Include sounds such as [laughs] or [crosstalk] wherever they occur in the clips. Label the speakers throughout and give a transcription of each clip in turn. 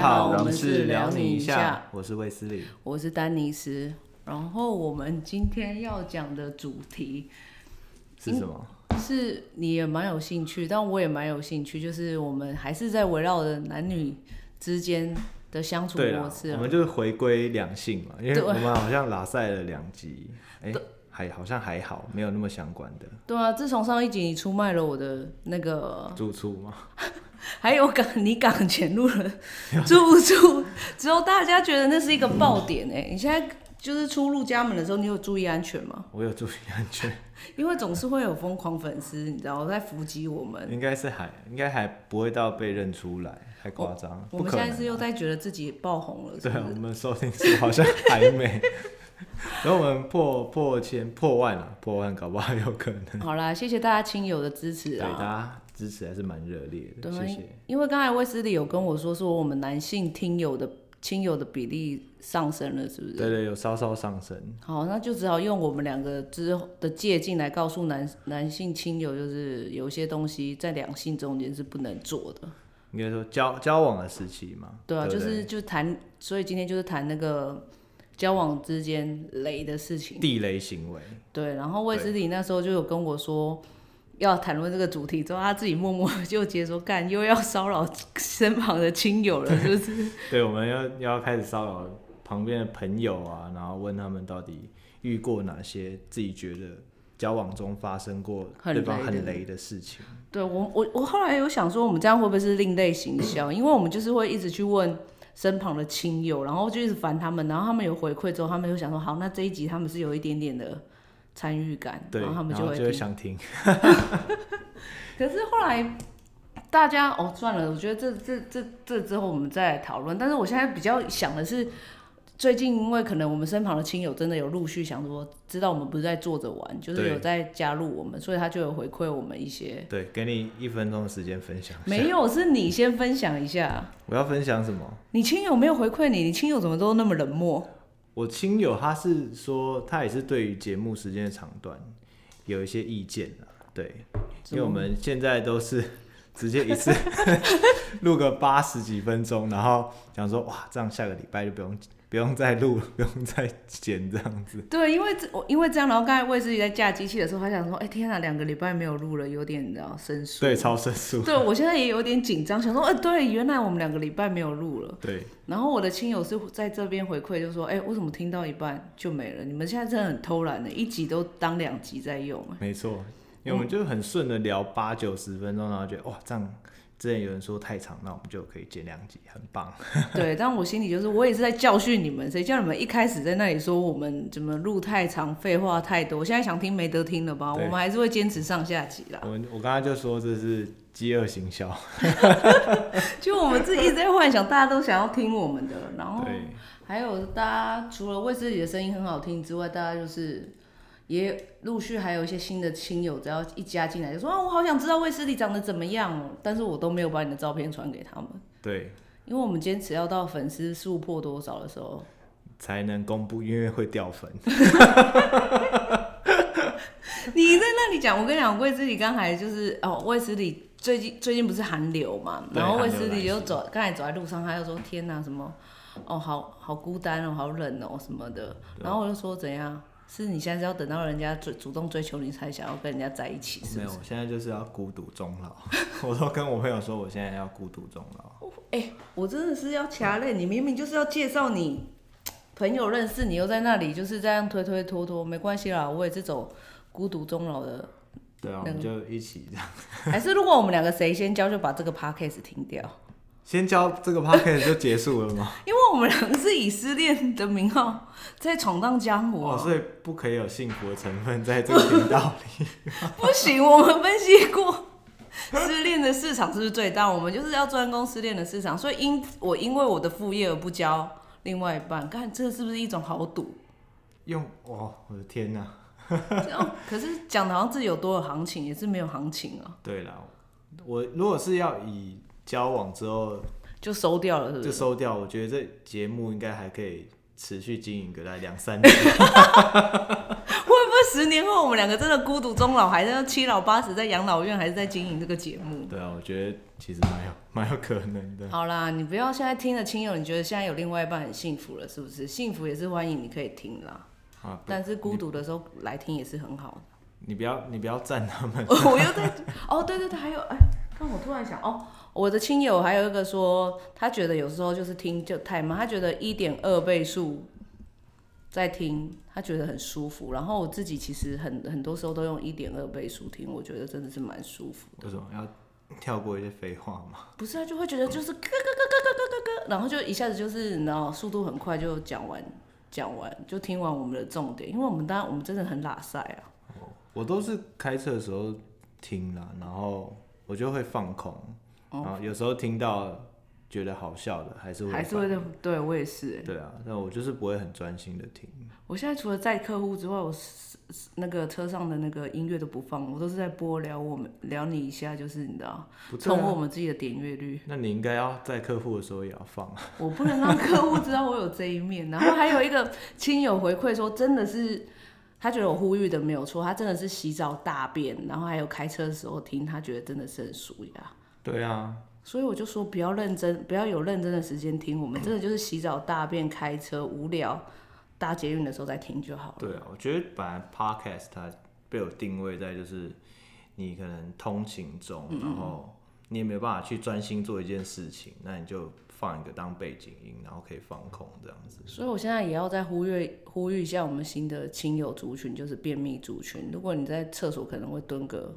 Speaker 1: 好，
Speaker 2: 我
Speaker 1: 我
Speaker 2: 们
Speaker 1: 们
Speaker 2: 是
Speaker 1: 是
Speaker 2: 聊
Speaker 1: 聊
Speaker 2: 你
Speaker 1: 你
Speaker 2: 一
Speaker 1: 一
Speaker 2: 下嗯
Speaker 1: 下，我是卫斯理。
Speaker 2: 我是丹尼斯。然后我们今天要讲的主题
Speaker 1: 是什么？
Speaker 2: 是你也蛮有兴趣，但我也蛮有兴趣，就是我们还是在围绕着男女之间的相处
Speaker 1: 对啦
Speaker 2: 模式
Speaker 1: 我
Speaker 2: 啊。
Speaker 1: 们就是回归两性嘛，因为
Speaker 2: 对
Speaker 1: 我们好像拉塞了两集，哎、还好像还好，没有那么相关的
Speaker 2: 对啊，自从上一集你出卖了我的那个， [laughs]
Speaker 1: 住处嘛。
Speaker 2: 还有港你港前路的住
Speaker 1: [laughs]
Speaker 2: 处之后，大家觉得那是一个爆点哎、你现在就是出入家门的时候，你有注意安全吗？
Speaker 1: 我有注意安全，
Speaker 2: 因为总是会有疯狂粉丝，你知道在伏击我们。
Speaker 1: 应该是还应该还不会到被认出来，太夸张了，
Speaker 2: 我
Speaker 1: 不
Speaker 2: 们
Speaker 1: 可
Speaker 2: 现在
Speaker 1: 能啊
Speaker 2: 是。又在觉得自己爆红了，是
Speaker 1: 对
Speaker 2: 不
Speaker 1: 啊，
Speaker 2: 是？
Speaker 1: 我们收听数好像还没， [laughs] 然后我们破破千破万了、破万搞不好有可能。
Speaker 2: 好啦，谢谢大家亲友的支持
Speaker 1: 对，大
Speaker 2: 啊！
Speaker 1: 家支持还是蛮热烈的，
Speaker 2: 对
Speaker 1: 谢谢。
Speaker 2: 因为刚才卫斯理有跟我说，说我们男性听友的亲友的比例上升了，是不是？
Speaker 1: 对对，有稍稍上升。
Speaker 2: 好，那就只好用我们两个之后的借鉴来告诉男男性亲友，就是有一些东西在两性中间是不能做的。
Speaker 1: 应该说交交往的时期嘛，
Speaker 2: 对啊，
Speaker 1: 不
Speaker 2: 就是就是谈，所以今天就是谈那个交往之间雷的事情。
Speaker 1: 地雷行为， [laughs]
Speaker 2: 对，然后卫斯理那时候就有跟我说要谈论这个主题，之后他自己默默地就接说，干又要骚扰身旁的亲友了，是不是？
Speaker 1: 对，我们要要开始骚扰旁边的朋友啊，然后问他们到底遇过哪些自己觉得交往中发生过
Speaker 2: 很
Speaker 1: 对方
Speaker 2: 雷
Speaker 1: 很
Speaker 2: 的
Speaker 1: 雷的事情，
Speaker 2: 对我我我后来有想说，我们这样会不会是另类行销？因为我们就是会一直去问身旁的亲友，然后就一直烦他们，然后他们有回馈之后，他们就想说，好，那这一集他们是有一点点的参与感，
Speaker 1: 对，
Speaker 2: 然后他们就会
Speaker 1: 就会
Speaker 2: 听。
Speaker 1: 想听，
Speaker 2: 可是后来大家哦，算了，我觉得这这这这之后我们再来讨论。但是我现在比较想的是，最近因为可能我们身旁的亲友真的有陆续想说，知道我们不是在坐着玩，就是
Speaker 1: 对
Speaker 2: 有在加入我们，所以他就有回馈我们一些。
Speaker 1: 对，给你一分钟的时间分享一下。
Speaker 2: 没有，是你先分享一下，
Speaker 1: 我要分享什么？
Speaker 2: 你亲友没有回馈你，你亲友怎么都那么冷漠？
Speaker 1: 我亲友他是说，他也是对于节目时间的长短有一些意见啊，对，因为我们现在都是 [laughs] 直接一次录个八十几分钟，然后想说哇，这样下个礼拜就不用不用再录，不用再剪这样子。
Speaker 2: 对，因为这我因为这样，然后刚才卫斯理在架机器的时候，他想说，哎、天啊，两个礼拜没有录了，有点你知道生疏。
Speaker 1: 对，超生疏。
Speaker 2: 对，我现在也有点紧张，想说，哎、对，原来我们两个礼拜没有录了。
Speaker 1: 对，
Speaker 2: 然后我的亲友是在这边回馈，就说，哎、为什么听到一半就没了？你们现在真的很偷懒的，一集都当两集在用。 [laughs]
Speaker 1: 没错，因为我们就很顺的聊八九十分钟，然后觉得哇，这样之前有人说太长，那我们就可以剪两集，很棒。
Speaker 2: 对，但我心里就是，我也是在教训你们，谁叫你们一开始在那里说我们怎么录太长，废话太多，现在想听没得听了吧？我
Speaker 1: 对
Speaker 2: 们还是会坚持上下集啦。
Speaker 1: 我我刚才就说这是饥饿行销。
Speaker 2: 就我们自己一直在幻想，大家都想要听我们的，然后
Speaker 1: 对。
Speaker 2: 还有大家除了为自己的声音很好听之外，大家就是也陆续还有一些新的亲友，只要一加进来就说啊，我好想知道卫斯理长得怎么样哦，但是我都没有把你的照片传给他们，
Speaker 1: 对，
Speaker 2: 因为我们坚持要到粉丝数破多少的时候，
Speaker 1: 才能公布，因为会掉粉。 [laughs]
Speaker 2: 你在那里讲，我跟你讲，卫斯理刚才就是哦，卫斯理最近最近不是寒流嘛，
Speaker 1: 对
Speaker 2: 然后卫斯
Speaker 1: 寒流来
Speaker 2: 理
Speaker 1: 袭
Speaker 2: 就走，刚才走在路上，他就说天哪、什么哦，好好孤单哦，好冷哦什么的，然后我就说怎样。是你现在是要等到人家追主动追求你才想要跟人家在一起，是
Speaker 1: 没
Speaker 2: 不
Speaker 1: 有，
Speaker 2: 是？
Speaker 1: 我现在就是要孤独终 [laughs] 老。我都跟我朋友说，我现在要孤独终老。
Speaker 2: 哎、我真的是要掐泪！你明明就是要介绍你朋友认识，你又在那里就是这样推推拖拖，没关系啦，我也是走孤独终老的。
Speaker 1: 对啊，我
Speaker 2: 那个
Speaker 1: 们就一起这样，
Speaker 2: 还是如果我们两个谁先交，就把这个 podcast 停掉。
Speaker 1: 先交这个 podcast 就结束了 [laughs] 吗？
Speaker 2: 因为我们两个是以失恋的名号在闯荡江湖、
Speaker 1: 哦，
Speaker 2: 啊，
Speaker 1: 所以不可以有幸福的成分在这个频道里。
Speaker 2: 不行，我们分析过。 [laughs] 失恋的市场是不是最大？我们就是要专攻失恋的市场，所以因我因为我的副业而不交另外一半，看这是不是一种豪赌？
Speaker 1: 用哦，我的天哪、
Speaker 2: 这样可是讲的好像自己有多有行情，也是没有行情啊，
Speaker 1: 对啦，我如果是要以交往之后
Speaker 2: 就收掉了，是不？
Speaker 1: 就是收掉，我觉得这节目应该还可以持续经营个大概两三年。
Speaker 2: [laughs] 会不会十年后我们两个真的孤独终老，还是要七老八十在养老院，还是在经营这个节目？
Speaker 1: 对啊，我觉得其实蛮有蛮有可能的。
Speaker 2: 好啦，你不要现在听了亲友，你觉得现在有另外一半很幸福了，是不是？幸福也是欢迎，你可以听啦。
Speaker 1: 啊，不
Speaker 2: 但是孤独的时候来听也是很好的。。
Speaker 1: 你不要你不要赞他们
Speaker 2: [laughs] 我又在哦，对对对，还有哎，刚我突然想哦，我的亲友还有一个说，他觉得有时候就是听就太慢，他觉得一点二倍速在听，他觉得很舒服。然后我自己其实很很多时候都用一点二倍速听，我觉得真的是蛮舒服。
Speaker 1: 为什么要跳过一些废话嘛？
Speaker 2: 不是啊，就会觉得就是咯咯咯咯咯咯咯咯，然后就一下子就是你知道速度很快就讲完讲完就听完我们的重点，因为我们当然我们真的很拉塞啊。
Speaker 1: 我都是开车的时候听啦，然后我就会放空，
Speaker 2: 哦
Speaker 1: 然后有时候听到觉得好笑的，还是会
Speaker 2: 还是会
Speaker 1: 放
Speaker 2: 的，对我也是、
Speaker 1: 对啊，但我就是不会很专心的听。
Speaker 2: 我现在除了载客户之外，我是是那个车上的那个音乐都不放，我都是在播聊我们聊你一下，就是你知道，
Speaker 1: 不对
Speaker 2: 冲
Speaker 1: 啊
Speaker 2: 我们自己的点阅率。
Speaker 1: 那你应该要在客户的时候也要放啊。 [laughs]
Speaker 2: 我不能让客户知道我有这一面。 [laughs] 然后还有一个亲友回馈说，真的是他觉得我呼吁的没有错，他真的是洗澡、大便，然后还有开车的时候听，他觉得真的是很舒压。
Speaker 1: 对啊，
Speaker 2: 所以我就说，不要认真，不要有认真的时间听，我们真的就是洗澡、大便、开车、无聊、搭捷运的时候再听就好了。
Speaker 1: 对啊，我觉得本来 podcast 它被我定位在就是你可能通勤中，
Speaker 2: 嗯
Speaker 1: 然后你也没有办法去专心做一件事情，那你就放一个当背景音，然后可以放空这样子。
Speaker 2: 所以我现在也要再呼吁呼吁一下我们新的亲友族群，就是便秘族群。如果你在厕所可能会蹲个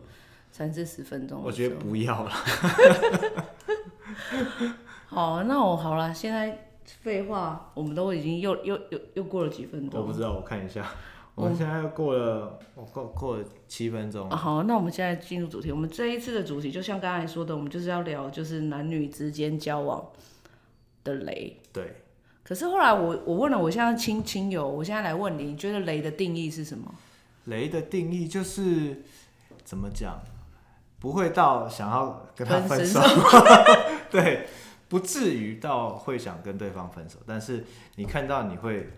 Speaker 2: 三四十分钟，
Speaker 1: 我觉得。不要啦，
Speaker 2: 好，那我好了，现在废话，我们都已经又又又又过了几分
Speaker 1: 我不
Speaker 2: 钟。
Speaker 1: 知道，我看一下，我们现在过了，我过过了七分钟
Speaker 2: 啊、，好，那我们现在进入主题。我们这一次的主题，就像刚才说的，我们就是要聊就是男女之间交往的雷。
Speaker 1: 对，
Speaker 2: 可是后来我我问了我现在亲亲友，我现在来问你，你觉得雷的定义是什么？
Speaker 1: 雷的定义就是怎么讲，不会到想要跟他分手， [laughs] 对，不至于到会想跟对方分手，但是你看到你会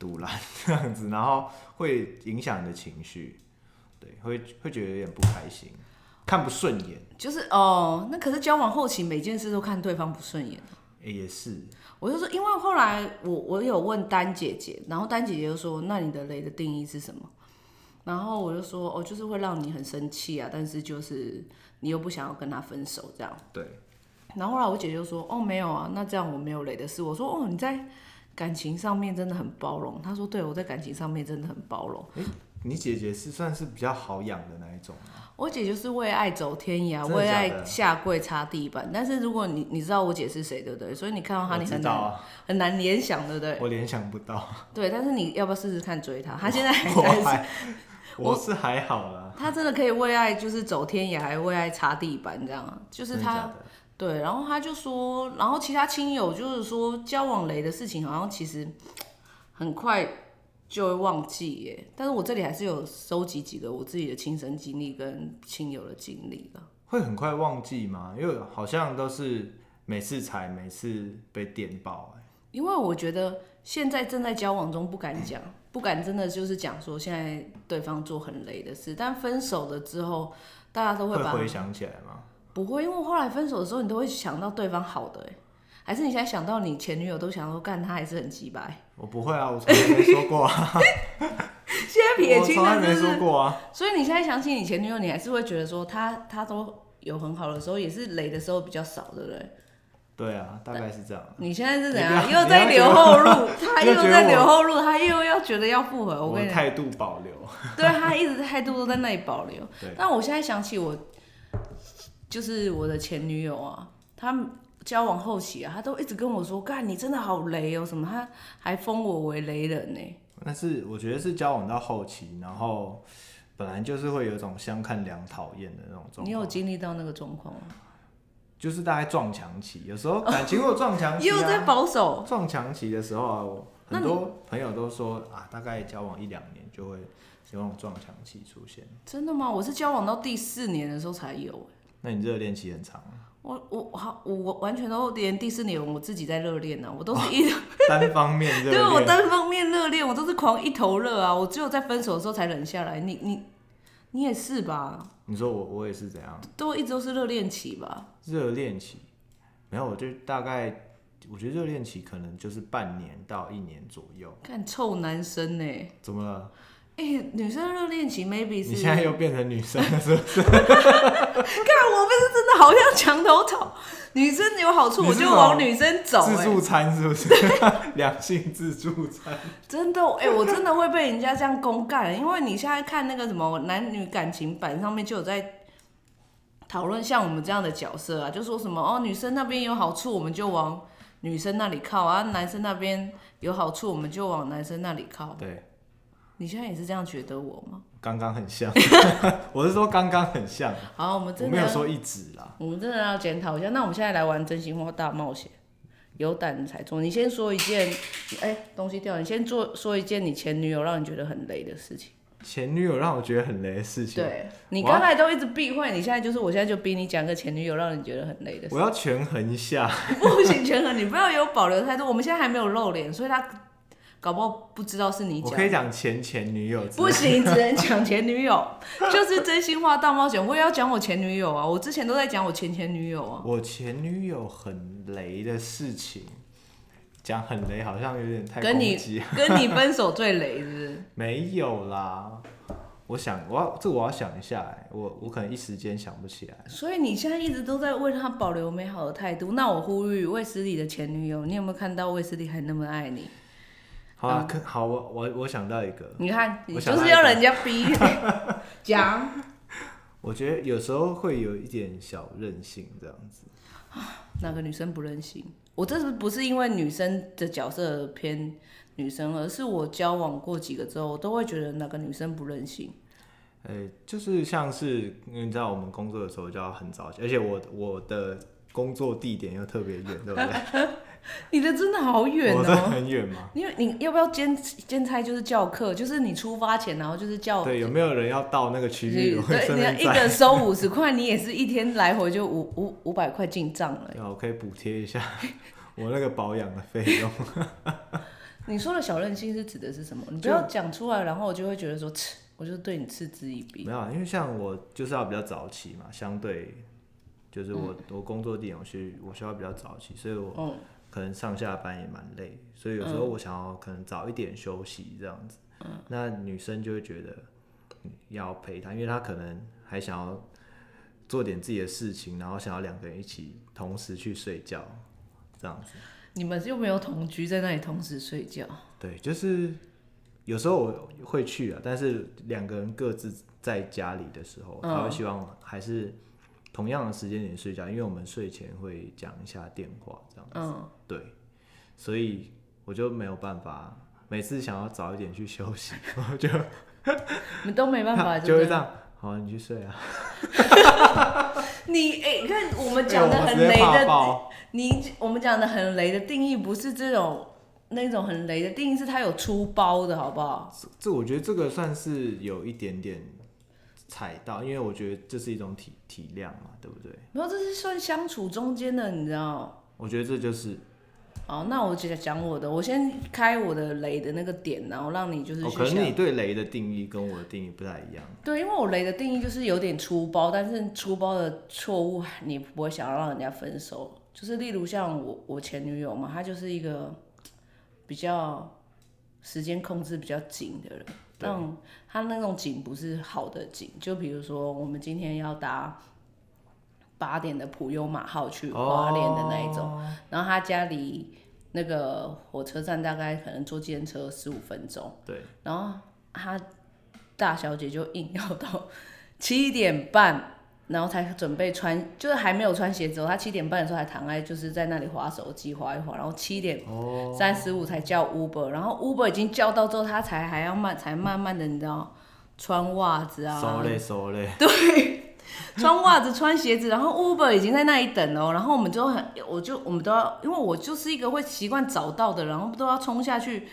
Speaker 1: 堵拦这样子，然后会影响你的情绪，对，会会觉得有点不开心，看不顺眼，
Speaker 2: 就是哦，那可是交往后期每件事都看对方不顺眼。
Speaker 1: 诶也是，
Speaker 2: 我就说，因为后来我我有问丹姐姐，然后丹姐姐就说，那你的雷的定义是什么？然后我就说，哦，就是会让你很生气啊，但是就是你又不想要跟他分手这样。
Speaker 1: 对，
Speaker 2: 然后后来我姐姐就说，哦，没有啊，那这样我没有雷的事。我说，哦，你在感情上面真的很包容。她说，对，我在感情上面真的很包容。
Speaker 1: 你姐姐是算是比较好养的那一种吗，
Speaker 2: 我姐就是为爱走天涯，
Speaker 1: 真的
Speaker 2: 为
Speaker 1: 假
Speaker 2: 爱
Speaker 1: 的
Speaker 2: 下跪擦地板。但是如果你你知道我姐是谁，对不对？所以你看到哦她，
Speaker 1: 我
Speaker 2: 你
Speaker 1: 知
Speaker 2: 很
Speaker 1: 道
Speaker 2: 难、
Speaker 1: 啊，
Speaker 2: 很难联想，对不对？
Speaker 1: 我联想不
Speaker 2: [laughs]
Speaker 1: 到，
Speaker 2: 对，但是你要不要试试看追她？她
Speaker 1: [laughs]
Speaker 2: 现在还
Speaker 1: 我
Speaker 2: 在
Speaker 1: 还我是还好啦，
Speaker 2: 他真的可以为爱就是走天涯，还为爱擦地板这样啊，就是
Speaker 1: 真的假
Speaker 2: 他
Speaker 1: 的
Speaker 2: 对，然后他就说，然后其他亲友就是说交往雷的事情，好像其实很快就会忘记耶。但是我这里还是有收集几个我自己的亲身经历跟亲友的经历了。
Speaker 1: 会很快忘记吗？因为好像都是每次踩，每次被电爆、欸。
Speaker 2: 因为我觉得现在正在交往中不敢讲，不敢真的就是讲说现在对方做很雷的事，但分手了之后，大家都会
Speaker 1: 会
Speaker 2: 把
Speaker 1: 回想起来吗？
Speaker 2: 不会，因为后来分手的时候，你都会想到对方好的、欸，还是你现在想到你前女友都想说，干他还是很鸡
Speaker 1: [laughs]
Speaker 2: 掰。
Speaker 1: 我不会啊，我从来没说过啊，
Speaker 2: 现在 [laughs] 撇
Speaker 1: 我
Speaker 2: 清
Speaker 1: 从来没
Speaker 2: 了，是不
Speaker 1: 说
Speaker 2: 是？
Speaker 1: 过啊。
Speaker 2: 所以你现在想起你前女友，你还是会觉得说他他都有很好的时候，也是雷的时候比较少，对不对？
Speaker 1: 对啊，大概是这样。
Speaker 2: 你现在是怎
Speaker 1: 你
Speaker 2: 样？
Speaker 1: 不要
Speaker 2: 又在留后
Speaker 1: [laughs]
Speaker 2: 路，他
Speaker 1: 你要
Speaker 2: 又
Speaker 1: 觉得我
Speaker 2: 在留后路，他又要觉得要复合。我
Speaker 1: 我
Speaker 2: 跟你
Speaker 1: 的
Speaker 2: 讲
Speaker 1: 态度保留。
Speaker 2: 对他一直态度都在那里保留。
Speaker 1: 对
Speaker 2: 但我现在想起我，就是我的前女友啊，她交往后期啊，她都一直跟我说：“干，你真的好雷哦、什么？”她还封我为雷人呢、
Speaker 1: 但是我觉得是交往到后期，然后本来就是会有一种相看两讨厌的那种状
Speaker 2: 你有
Speaker 1: 况，
Speaker 2: 经历到那个状况吗？
Speaker 1: 就是大概撞墙期。有时候感情会有撞墙期、
Speaker 2: 也
Speaker 1: 啊，
Speaker 2: 有哦在保守，
Speaker 1: 撞墙期的时候啊，我
Speaker 2: 那
Speaker 1: 很
Speaker 2: 你
Speaker 1: 多朋友都说啊，大概交往一两年就会有那种撞墙期出现。
Speaker 2: 真的吗？我是交往到第四年的时候才有、欸
Speaker 1: 那你热恋期很长啊，
Speaker 2: 我我好我我完全都连迪士尼我自己在热恋啊呢，我都是一、
Speaker 1: 单方面哦热
Speaker 2: [laughs] 对啊我
Speaker 1: 恋，
Speaker 2: 单方面热恋，我都是狂一头热啊，我只有在分手的时候才忍下来。你你你也是吧？
Speaker 1: 你说我我也是怎样
Speaker 2: 都一直都是热恋期吧？
Speaker 1: 热恋期？没有，我就大概我觉得热恋期可能就是半年到一年左右。
Speaker 2: 看臭男生呢、欸
Speaker 1: 怎么了？
Speaker 2: 哎、女生热恋期 maybe 是
Speaker 1: 你现在又变成女生了是不是？
Speaker 2: 看我们是真的好像墙头草，女生有好处
Speaker 1: 你
Speaker 2: 我
Speaker 1: 是
Speaker 2: 就往
Speaker 1: 往
Speaker 2: 女生走、
Speaker 1: 自
Speaker 2: 哎，
Speaker 1: 助餐是不是？ [laughs] 两性自助餐。
Speaker 2: 真的，哎、我真的会被人家这样公干，欸因为你现在看那个什么男女感情版上面就有在讨论像我们这样的角色啊，就说什么哦，女生那边有好处我们就往女生那里靠啊，男生那边有好处我们就往男生那里靠。
Speaker 1: 对，
Speaker 2: 你现在也是这样觉得我吗？
Speaker 1: 刚刚很
Speaker 2: [laughs]
Speaker 1: 像，我是说刚刚很像，
Speaker 2: 好，我们
Speaker 1: 我
Speaker 2: 真
Speaker 1: 没有
Speaker 2: 的，啊
Speaker 1: 说一直啦。
Speaker 2: 我们真的要检讨一下。那我们现在来玩真心话大冒险，有胆才做。你先说一件，哎、东西掉了，你先做说一件你前女友让你觉得很雷的事情。
Speaker 1: 前女友让我觉得很雷的事情，
Speaker 2: 对你
Speaker 1: 我要
Speaker 2: 刚才都一直避讳，你现在就是我现在就逼你讲个前女友让你觉得很累的事
Speaker 1: [laughs] 我。要权衡一下。
Speaker 2: 不行，权衡，你不要有保留态度。我们现在还没有露脸，所以他搞不好不知道是你
Speaker 1: 我
Speaker 2: 讲
Speaker 1: 可。以讲前前女友之类的，
Speaker 2: 不行，只能讲前女友，就是真心话大冒险。我也要讲我前女友啊，我之前都在讲我前前女友啊。
Speaker 1: 我前女友很雷的事情，讲很雷好像有点太
Speaker 2: 跟你
Speaker 1: 攻击，
Speaker 2: 跟你分手最雷是
Speaker 1: [laughs]
Speaker 2: 不是？
Speaker 1: 没有啦。我想，我要这我要想一下、欸，我我可能一时间想不起来。
Speaker 2: 所以你现在一直都在为他保留美好的态度。那我呼吁卫斯理的前女友，你有没有看到卫斯理还那么爱你？
Speaker 1: 呃好
Speaker 2: 嗯
Speaker 1: 啦，可好，我我我想到一个，
Speaker 2: 你看，你
Speaker 1: 我想
Speaker 2: 就是
Speaker 1: 到一
Speaker 2: 要
Speaker 1: 个
Speaker 2: 人家逼讲。
Speaker 1: 我觉得有时候会有一点小任性这样子。
Speaker 2: 哪个女生不任性？我这是不是因为女生的角色偏女生，而是我交往过几个之后，我都会觉得哪个女生不任性。
Speaker 1: 呃、就是像是因为你知道我们工作的时候就要很早起，而且我我的工作地点又特别远，对不对？
Speaker 2: 你的真的好 [laughs] 远
Speaker 1: 我真的
Speaker 2: 哦、
Speaker 1: 很远吗？
Speaker 2: 因为你要不要兼兼差就是教课，就是你出发前然后就是教，
Speaker 1: 对，有没有人要到那个区
Speaker 2: 哦对
Speaker 1: 域？我会顺
Speaker 2: 你要
Speaker 1: 便
Speaker 2: 一
Speaker 1: 在， [laughs]
Speaker 2: 个收五十块，你也是一天来回就五五五百块进账了。
Speaker 1: 对啊我可以补贴一下 [laughs] 我那个保养的费用。
Speaker 2: 你说的小任性是指的是什么？你不
Speaker 1: 就
Speaker 2: 要讲出来，然后我就会觉得说，嗤我就对你嗤之以鼻。
Speaker 1: 没有啊，因为像我就是要比较早起嘛，相对就是我、我工作地点我需我需要比较早起，所以我
Speaker 2: 嗯，
Speaker 1: 可能上下班也蛮累，所以有时候我想要可能早一点休息这样子。那女生就会觉得嗯要陪她，因为她可能还想要做点自己的事情，然后想要两个人一起同时去睡觉，这样子。
Speaker 2: 你们又没有同居，在那里同时睡觉。
Speaker 1: 对，就是有时候我会去啊，但是两个人各自在家里的时候，
Speaker 2: 嗯
Speaker 1: 他会希望还是同样的时间点睡觉，因为我们睡前会讲一下电话这样。
Speaker 2: 嗯，
Speaker 1: 对，所以我就没有办法，每次想要早一点去休息，我就
Speaker 2: 你都没
Speaker 1: [laughs]
Speaker 2: 办法，
Speaker 1: 就
Speaker 2: 就
Speaker 1: 会
Speaker 2: 是
Speaker 1: 这样。好，你去睡啊。
Speaker 2: 你哎、你看我
Speaker 1: [laughs]
Speaker 2: 们
Speaker 1: 哎
Speaker 2: 讲的
Speaker 1: 我
Speaker 2: 很
Speaker 1: 直接
Speaker 2: 雷
Speaker 1: 怕
Speaker 2: 的，
Speaker 1: 爆
Speaker 2: 你我们讲的很雷的定义不是这种那种很雷的定义，是它有出包的好不好？
Speaker 1: 这这我觉得这个算是有一点点踩到，因为我觉得这是一种体体谅嘛，对不对？
Speaker 2: 没有，这是算相处中间的，你知道？
Speaker 1: 我觉得这就是
Speaker 2: 好，那我直接讲我的，我先开我的雷的那个点，然后让你就是
Speaker 1: 哦，
Speaker 2: 去
Speaker 1: 可
Speaker 2: 想。
Speaker 1: 能你对雷的定义跟我的定义不太一样。
Speaker 2: 对，因为我雷的定义就是有点粗包，但是粗包的错误你不会想要让人家分手。就是例如像我我前女友嘛，她就是一个比较时间控制比较紧的人，
Speaker 1: 对
Speaker 2: 但她那种紧不是好的紧，就比如说我们今天要搭八点的普悠玛号去花莲的那一种，
Speaker 1: 哦
Speaker 2: 然后她家离那个火车站大概可能坐计程车十五分钟。
Speaker 1: 对，
Speaker 2: 然后她大小姐就硬要到 [laughs] 七点半，然后才准备穿，就是还没有穿鞋子哦。她七点半的时候还躺在就是在那里划手机划一划，然后七点
Speaker 1: 哦，
Speaker 2: 三十五才叫 Uber，然后 Uber 已经叫到之后，她才还要慢，才慢慢的你知道穿袜子啊，
Speaker 1: 收嘞收嘞，
Speaker 2: [laughs] 穿袜子、穿鞋子，然后 Uber 已经在那里等了哦，然后我们就很，我就我们都要，因为我就是一个会习惯早到的人，然后都要冲下去，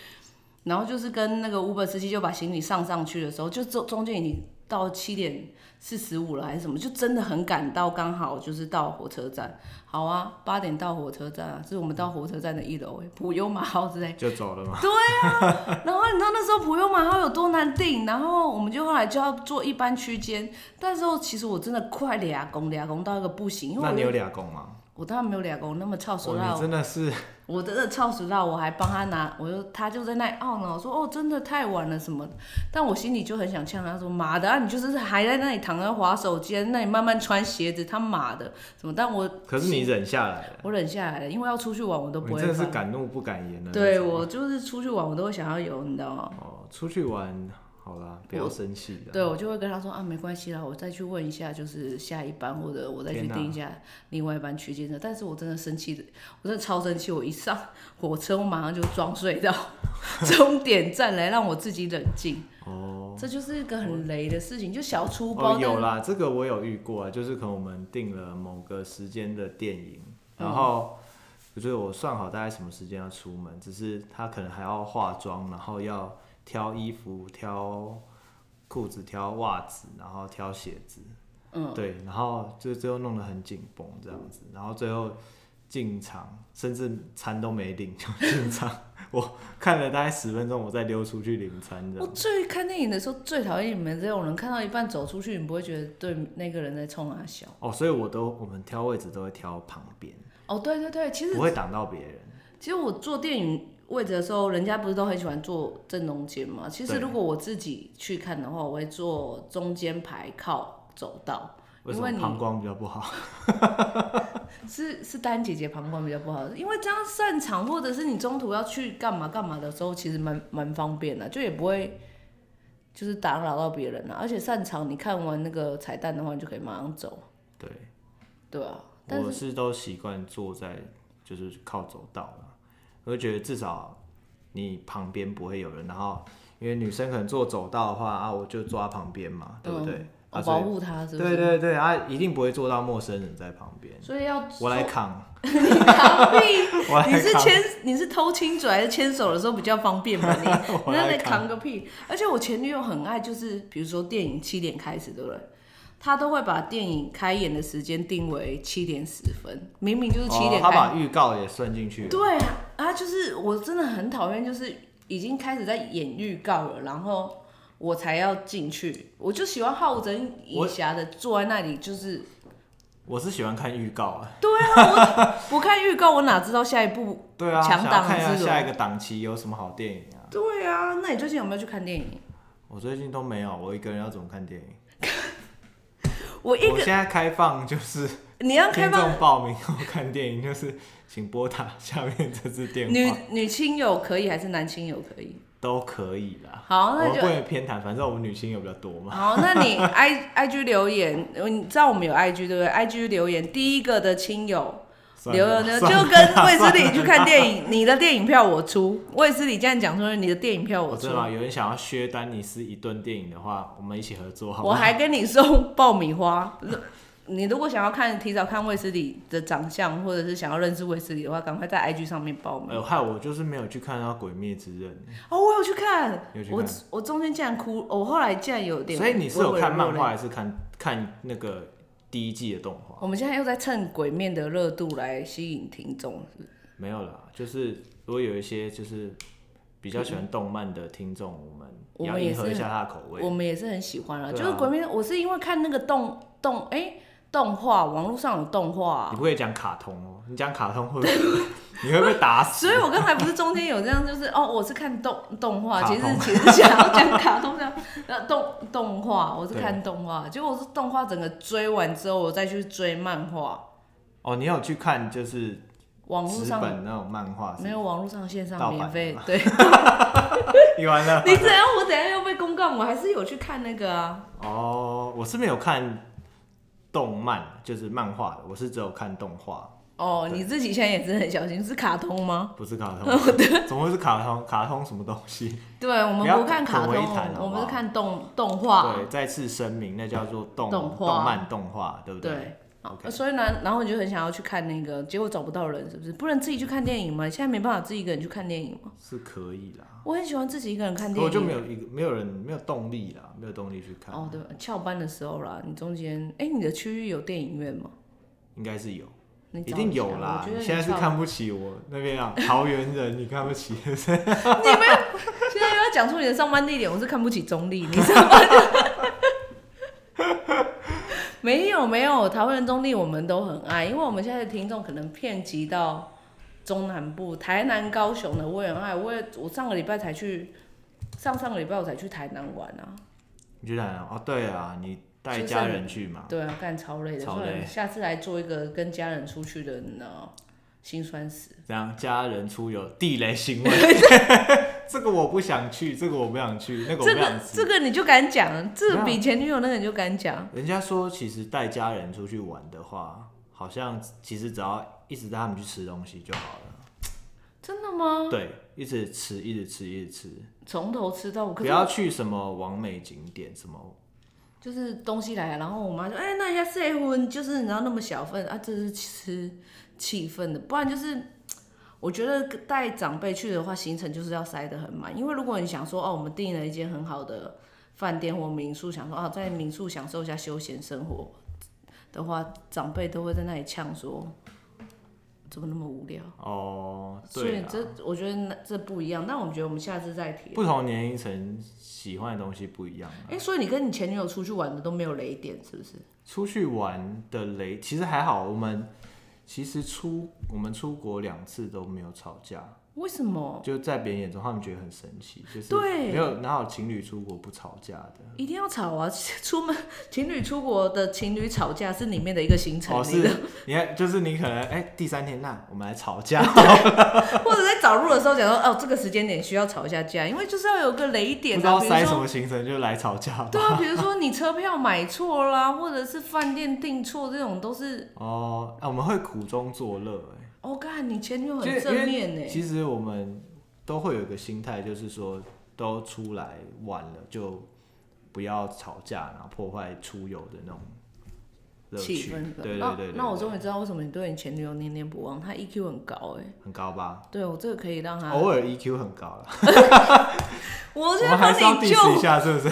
Speaker 2: 然后就是跟那个 Uber 司机就把行李上上去的时候，就中中间已经到七点四十五了还是什么，就真的很赶到，刚好就是到火车站。好啊，八点到火车站啊，这是我们到火车站的一楼、欸，普悠马号之类。
Speaker 1: 就走了嘛。
Speaker 2: 然后你知道那时候普悠马号有多难订，然后我们就后来就要坐一班区间。那时候其实我真的快俩拱俩拱到一个不行，因为
Speaker 1: 那
Speaker 2: 我
Speaker 1: 你
Speaker 2: 就
Speaker 1: 有俩工吗？
Speaker 2: 我当然没有俩拱那么操熟
Speaker 1: 哇，
Speaker 2: 到
Speaker 1: 你真的是
Speaker 2: 我真的超时到，我还帮他拿，我就他就在那里懊恼说哦，真的太晚了什么的，但我心里就很想呛他说妈的啊，你就是还在那里躺着划手机，那里慢慢穿鞋子，他妈的什么？但我
Speaker 1: [laughs] 可是你忍下来了，
Speaker 2: 我忍下来了，因为要出去玩我都不
Speaker 1: 你
Speaker 2: 会
Speaker 1: 真的是啊
Speaker 2: 放
Speaker 1: 敢怒不敢言的那种。
Speaker 2: 对我就是出去玩我都会想要有，你知道吗？
Speaker 1: 哦，出去玩好啦，不要生气的。
Speaker 2: 对，我就会跟他说啊，没关系啦，我再去问一下，就是下一班或者我再去
Speaker 1: 天哪
Speaker 2: 订一下另外一班区间车。但是我真的生气的，我真的超生气，我一上火车，我马上就装睡
Speaker 1: [laughs]
Speaker 2: 到终点站来让我自己冷静。
Speaker 1: 哦
Speaker 2: 这就是一个很雷的事情，就小粗包。
Speaker 1: 哦，有啦，这个我有遇过啊，就是可能我们定了某个时间的电影，
Speaker 2: 嗯
Speaker 1: 然后就是我算好大概什么时间要出门，只是他可能还要化妆，然后要挑衣服、挑裤子、挑袜子，然后挑鞋子，
Speaker 2: 嗯，
Speaker 1: 对，然后就最后弄得很紧绷这样子，然后最后进场，甚至餐都没领 [laughs] 就进场，我看了大概十分钟，我再溜出去领餐这
Speaker 2: 我
Speaker 1: 样。
Speaker 2: 最看电影的时候最讨厌你们这种人，看到一半走出去，你不会觉得对那个人在冲啊笑？
Speaker 1: 哦，所以我都我们挑位置都会挑旁边，
Speaker 2: 哦，对对对，其实
Speaker 1: 不会挡到别人。
Speaker 2: 其实我坐电影位置的时候，人家不是都很喜欢坐正中间嘛？其实
Speaker 1: 对
Speaker 2: 如果我自己去看的话，我会坐中间排靠走道，
Speaker 1: 为什
Speaker 2: 因为
Speaker 1: 么
Speaker 2: 你
Speaker 1: 膀胱比较不好？ [laughs]
Speaker 2: 是是丹姐姐膀胱比较不好，因为这样散场或者是你中途要去干嘛干嘛的时候，其实蛮蛮方便的，就也不会。就是打扰到别人了、啊而且散场你看完那个彩蛋的话，你就可以马上走，
Speaker 1: 对，
Speaker 2: 对啊。但
Speaker 1: 我
Speaker 2: 是
Speaker 1: 是都习惯坐在就是靠走道了，我就觉得至少你旁边不会有人，然后因为女生可能坐走道的话啊，我就坐她旁边嘛，对不对？
Speaker 2: 我
Speaker 1: 啊，所以
Speaker 2: 哦保护他是不
Speaker 1: 对
Speaker 2: 是？
Speaker 1: 对对，啊，一定不会做到陌生人在旁边。
Speaker 2: 所以要
Speaker 1: 我来扛，
Speaker 2: 逃避。
Speaker 1: [laughs] 我来
Speaker 2: 你是
Speaker 1: 扛。
Speaker 2: 牵你是偷亲嘴还是牵手的时候比较方便吧？你
Speaker 1: [laughs] 我
Speaker 2: 你那
Speaker 1: 来
Speaker 2: 得扛个屁！而且我前女友很爱，就是比如说电影七点开始，对不对？她都会把电影开演的时间定为七点十分，明明就是七
Speaker 1: 哦
Speaker 2: 点
Speaker 1: 他
Speaker 2: 开。
Speaker 1: 把预告也算进去了。
Speaker 2: 对啊，啊，就是我真的很讨厌，就是已经开始在演预告了，然后我才要进去。我就喜欢好整以暇的坐在那里，就是
Speaker 1: 我是喜欢看预告啊，
Speaker 2: 对啊，我不看预告，我哪知道下一步？
Speaker 1: 对啊，
Speaker 2: 强
Speaker 1: 想要
Speaker 2: 档
Speaker 1: 看一下
Speaker 2: 是吧
Speaker 1: 下一个档期有什么好电影啊。
Speaker 2: 对啊，那你最近有没有去看电影？
Speaker 1: 我最近都没有，我一个人要怎么看电影？
Speaker 2: 我一
Speaker 1: 我现在开放就是
Speaker 2: 你要 [laughs] 开
Speaker 1: 听
Speaker 2: 放
Speaker 1: 众报名后看电影，就是请拨打下面这支电
Speaker 2: 女
Speaker 1: 话
Speaker 2: 女亲友可以还是男亲友可以？
Speaker 1: 都可以啦。
Speaker 2: 好，那
Speaker 1: 我
Speaker 2: 就
Speaker 1: 不会偏袒，反正我们女性有比较多
Speaker 2: [laughs]
Speaker 1: 嘛。
Speaker 2: 好。哦那你 i i g 留言，呃你知道我们有 i g 对不对？i g 留言第一个的亲友
Speaker 1: 算
Speaker 2: 留
Speaker 1: 了
Speaker 2: 言呢，就
Speaker 1: 算了
Speaker 2: 跟卫斯理去看电影，你的电影票我出。卫斯理这样讲说，你的电影票
Speaker 1: 我
Speaker 2: 我
Speaker 1: 知
Speaker 2: 出。
Speaker 1: 道有人想要削丹尼斯一顿电影的话，我们一起合作好吗？
Speaker 2: 我还跟你送爆米花。 [laughs] 你如果想要看提早看卫斯理的长相，或者是想要认识卫斯理的话，赶快在 IG 上面报名。
Speaker 1: 哎呦，害我就是没有去看到《鬼灭之刃》，
Speaker 2: 哦，我有去看，
Speaker 1: 有去
Speaker 2: 我
Speaker 1: 看
Speaker 2: 我中间竟然哭，我后来竟然有点。
Speaker 1: 所以你是有看漫画还是看看那个第一季的动画？
Speaker 2: 我们现在又在趁鬼面的热度来吸引听众，是不是
Speaker 1: 没有啦，就是如果有一些就是比较喜欢动漫的听众，我们
Speaker 2: 我
Speaker 1: 也要
Speaker 2: 们也
Speaker 1: 迎合一
Speaker 2: 是
Speaker 1: 下他的口味
Speaker 2: 我。们也是很喜欢啦。
Speaker 1: 对啊
Speaker 2: 就是鬼面，我是因为看那个动动哎、动画，网络上有动画啊、
Speaker 1: 你不可以讲卡通哦，你讲卡通会不会你会被打死
Speaker 2: [laughs] 所以。我刚才不是中间有这样，就是哦，我是看动动画，
Speaker 1: 卡
Speaker 2: 其实
Speaker 1: 通
Speaker 2: 其实想要讲卡通这样， [laughs] 呃，动动画，我是看动画，结果我是动画整个追完之后，我再去追漫画，
Speaker 1: 哦，你有去看就是
Speaker 2: 网络
Speaker 1: 纸
Speaker 2: 上
Speaker 1: 本那种漫画？
Speaker 2: 没有，网络上线
Speaker 1: 盗
Speaker 2: 上
Speaker 1: 版
Speaker 2: 免费
Speaker 1: 的，
Speaker 2: 对
Speaker 1: [laughs] 你完了。
Speaker 2: 你怎样，我等一下又被公告，我还是有去看那个啊。
Speaker 1: 哦，我是没有看动漫，就是漫画的，我是只有看动画，
Speaker 2: 哦，你自己现在也是很小心，是卡通吗？
Speaker 1: 不是
Speaker 2: [laughs]
Speaker 1: 卡
Speaker 2: 哦
Speaker 1: 通。怎么会是卡通？卡通什么东西？
Speaker 2: 对，我们
Speaker 1: 不要
Speaker 2: 不看卡
Speaker 1: 混为一
Speaker 2: 通
Speaker 1: 谈好，不
Speaker 2: 我们是
Speaker 1: 好
Speaker 2: 看动动画。
Speaker 1: 对，再次声明，那叫做动
Speaker 2: 动画
Speaker 1: 动漫动画，对不
Speaker 2: 对
Speaker 1: 对？
Speaker 2: 好
Speaker 1: OK
Speaker 2: 所以呢，然后你就很想要去看那个，结果找不到人，是不是？不能自己去看电影吗？现在没办法自己一个人去看电影吗？
Speaker 1: 是可以啦。
Speaker 2: 我很喜欢自己一个人看
Speaker 1: 可
Speaker 2: 电影，
Speaker 1: 我就没有一个没有人没有动力啦，没有动力去看。
Speaker 2: 哦，对，翘班的时候啦，你中间，哎、你的区域有电影院吗？
Speaker 1: 应该是有，
Speaker 2: 你
Speaker 1: 一
Speaker 2: 找
Speaker 1: 定
Speaker 2: 下
Speaker 1: 有啦
Speaker 2: 我。觉得
Speaker 1: 你现在
Speaker 2: 你
Speaker 1: 是
Speaker 2: 翘
Speaker 1: 看不起我那边啊，桃园人你看不起， [laughs]
Speaker 2: 现在又要讲出你的上班地点，我是看不起中立，你上班的。 [laughs] 没有没有，桃园中立我们都很爱，因为我们现在的听众可能遍及到中南部，台南、高雄的我也很爱。我也我上个礼拜才去，上上个礼拜我才去台南玩啊。
Speaker 1: 嗯你去哪啊？哦，对啊，你带
Speaker 2: 就是
Speaker 1: 家人去嘛。
Speaker 2: 对啊，干超累的，
Speaker 1: 超
Speaker 2: 所以
Speaker 1: 累
Speaker 2: 下次来做一个跟家人出去的呢，心酸死。
Speaker 1: 这样家人出游地雷行为， [laughs] 这个我不想去，这个我不想去，那个我
Speaker 2: 这
Speaker 1: 不
Speaker 2: 个
Speaker 1: 想吃。
Speaker 2: 这个你就敢讲，这
Speaker 1: 没
Speaker 2: 个
Speaker 1: 有
Speaker 2: 比前女友那个你就敢讲，
Speaker 1: 人家说，其实带家人出去玩的话，好像其实只要一直带他们去吃东西就好了。
Speaker 2: 真的吗？
Speaker 1: 对，一直吃，一直吃，一直吃，
Speaker 2: 从头吃到尾，可
Speaker 1: 不
Speaker 2: 是
Speaker 1: 要去什么完美景点，什么
Speaker 2: 就是东西来，然后我妈就哎、那一下结婚，就是你知道那么小份啊，这是吃气氛的，不然就是我觉得带长辈去的话，行程就是要塞得很满，因为如果你想说哦，我们订了一间很好的饭店或民宿，想说啊，在民宿享受一下休闲生活的话，长辈都会在那里呛说，怎么那么无聊？
Speaker 1: 哦，
Speaker 2: 所
Speaker 1: 对
Speaker 2: 以
Speaker 1: 啦，
Speaker 2: 这我觉得那这不一样，但我觉得我们下次再提。
Speaker 1: 不同年龄层喜欢的东西不一样啊、
Speaker 2: 哎、所以你跟你前女友出去玩的都没有雷点，是不是？
Speaker 1: 出去玩的雷其实还好，我们其实出我们出国两次都没有吵架，
Speaker 2: 为什么
Speaker 1: 就在别人眼中他们觉得很神奇，就是
Speaker 2: 对
Speaker 1: 没有哪有情侣出国不吵架的。
Speaker 2: 一定要吵啊？ [laughs] 出门情侣出国的情侣吵架是里面的一个行程，
Speaker 1: 哦，
Speaker 2: 你的
Speaker 1: 是，你看，就是你可能哎、第三天那我们来吵
Speaker 2: [laughs]
Speaker 1: 架，
Speaker 2: [laughs] 或者在找路的时候讲说哦，这个时间点需要吵一下架，因为就是要有个雷
Speaker 1: 不
Speaker 2: 点
Speaker 1: 知
Speaker 2: 啊，
Speaker 1: 道
Speaker 2: 比
Speaker 1: 塞
Speaker 2: 如
Speaker 1: 什
Speaker 2: 说。
Speaker 1: 么行程就来吵架吧。
Speaker 2: 对啊，比如说你车票买错啦，或者是饭店订错，这种都是。
Speaker 1: 哦，啊，我们会苦中作乐、欸
Speaker 2: 哦，干，你前女友
Speaker 1: 其
Speaker 2: 很
Speaker 1: 实
Speaker 2: 正面
Speaker 1: 哎，
Speaker 2: 呢。
Speaker 1: 其实我们都会有一个心态，就是说都出来玩了，就不要吵架，然后破坏出游的那种乐
Speaker 2: 气
Speaker 1: 趣。
Speaker 2: 氛
Speaker 1: 对对对
Speaker 2: 那
Speaker 1: 对对
Speaker 2: 那我终于知道为什么你对你前女友念念不忘，她 EQ 很高哎。
Speaker 1: 很高吧？
Speaker 2: 对我这个可以让她，
Speaker 1: 偶尔 EQ 很高了，
Speaker 2: 啊我
Speaker 1: 我
Speaker 2: 现
Speaker 1: 们
Speaker 2: 在
Speaker 1: 还
Speaker 2: 帮
Speaker 1: 是要
Speaker 2: 你救
Speaker 1: diss 一下，是不是？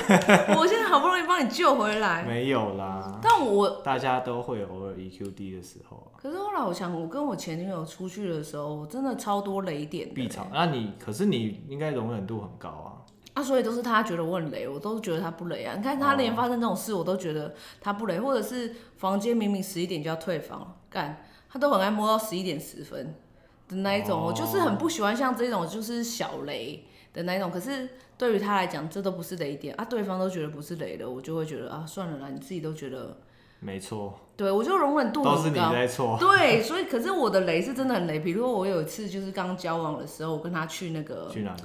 Speaker 2: 我现在好不容易帮你救回来，
Speaker 1: [laughs] 没有啦，
Speaker 2: 但我
Speaker 1: 大家都会有偶尔 EQ 低的时候，
Speaker 2: 可是后来我想，我跟我前女友出去的时候，我真的超多雷点的
Speaker 1: 必吵。那你可是你应该容忍度很高啊。
Speaker 2: 啊，所以都是她觉得我很雷，我都觉得她不雷啊。你看
Speaker 1: 哦
Speaker 2: 她连发生这种事，我都觉得她不雷，或者是房间明明十一点就要退房，干她都很爱摸到十一点十分的那一种，
Speaker 1: 哦
Speaker 2: 我就是很不喜欢像这种就是小雷的那一种。可是对于她来讲，这都不是雷点啊，对方都觉得不是雷了，我就会觉得啊，算了啦，你自己都觉得，
Speaker 1: 没错，
Speaker 2: 对我就容忍度
Speaker 1: 都是
Speaker 2: 很
Speaker 1: 你
Speaker 2: 高。
Speaker 1: 在错。
Speaker 2: 对，所以可是我的雷是真的很雷，比如说我有一次就是刚交往的时候，我跟他去那个
Speaker 1: 去哪里？